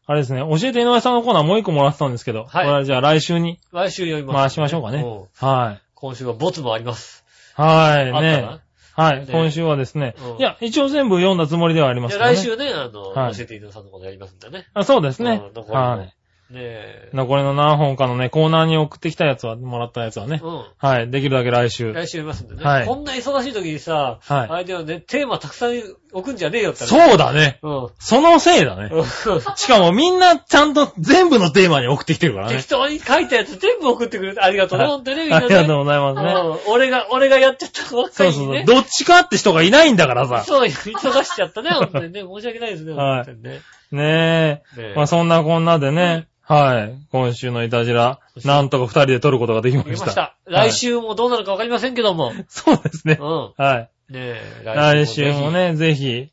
C: あれですね、教えて井上さんのコーナーもう一個もらってたんですけど、
B: はい
C: これはじゃあ来週に
B: 来週読みます。
C: 回しましょうかね。
B: ん
C: はい。
B: 今週はボツもあります。
C: は
B: あ
C: い、
B: った
C: ね
B: な。
C: はい、
B: ね
C: 今週はですね
B: うん。
C: いや、一応全部読んだつもりではありま
B: じ
C: す
B: ゃ
C: け
B: あ
C: どね
B: 来週ね、あの、
C: はい
B: 教えていたださんのことやりますんでね。
C: あそうですね
B: うん。残りの
C: はい。
B: ねえ。
C: 残りの何本かのね、コーナーに送ってきたやつは、もらったやつはね。
B: う
C: はい。できるだけ来週。
B: ん。
C: はい。
B: 来週見ますんでね。
C: はい
B: こんな忙しい時にさ、あれだよね、テーマたくさん置くんじゃねえよって。う
C: そうだね。
B: うん。
C: そのせいだね。 (laughs) しかもみんなちゃんと全部のテーマに送ってきてるからね
B: 適。当に書いたやつ全部送ってくれてありがとうね、
C: はい
B: ほんとね、みん
C: あ
B: なね。
C: りがとうございますね。
B: うん俺が、俺がやっちゃったばっか
C: そう
B: り
C: そう
B: にね
C: そう。。どっちかって人がいないんだからさ。
B: そう、忙しちゃったね、ほんとにね。申し訳ないですね、
C: は
B: ほ
C: い
B: んとにね。
C: ね
B: ねえ
C: え。まあそんなこんなでね。はい。今週のイタジラ、なんとか二人で撮ることができま
B: 行き
C: し。
B: ましたた。来週もどうなるかわかりませんけども。
C: そうですね
B: う。ん。
C: はい。
B: ねえ、
C: 来週もね、ぜひ。
B: ぜひ、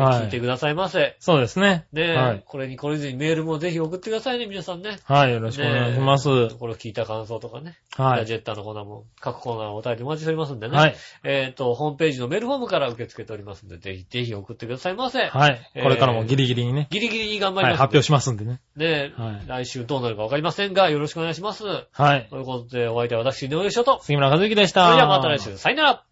B: 聞
C: はい
B: て
C: い。
B: くださいませ。
C: そうですね。
B: ねえ、
C: はい。
B: これにこれずにメールもぜひ送ってくださいね、皆さんね。
C: はい。よろしくお願いします。
B: ねえこれ聞いた感想とかね。
C: は
B: ラ
C: い。
B: ジェッターのコーナーも、各コーナーをお便りお待ちしておりますんでね。
C: はい。
B: えっ、と、ホームページのメールフォームから受け付けておりますんで、ぜひぜひ送ってくださいませ。
C: はい。
B: えー
C: これからもギリギリにね、
B: ギリギリに頑張り
C: は
B: ま
C: い、
B: す。
C: 発表しますんでね。
B: ねえ、
C: はい
B: 来週どうなるかわかりませんが、よろしくお願いします。
C: はい。
B: ということで、お相手は私、井上翔と。
C: 杉村和之でし
B: そ
C: た。
B: れではまた来週、さよなら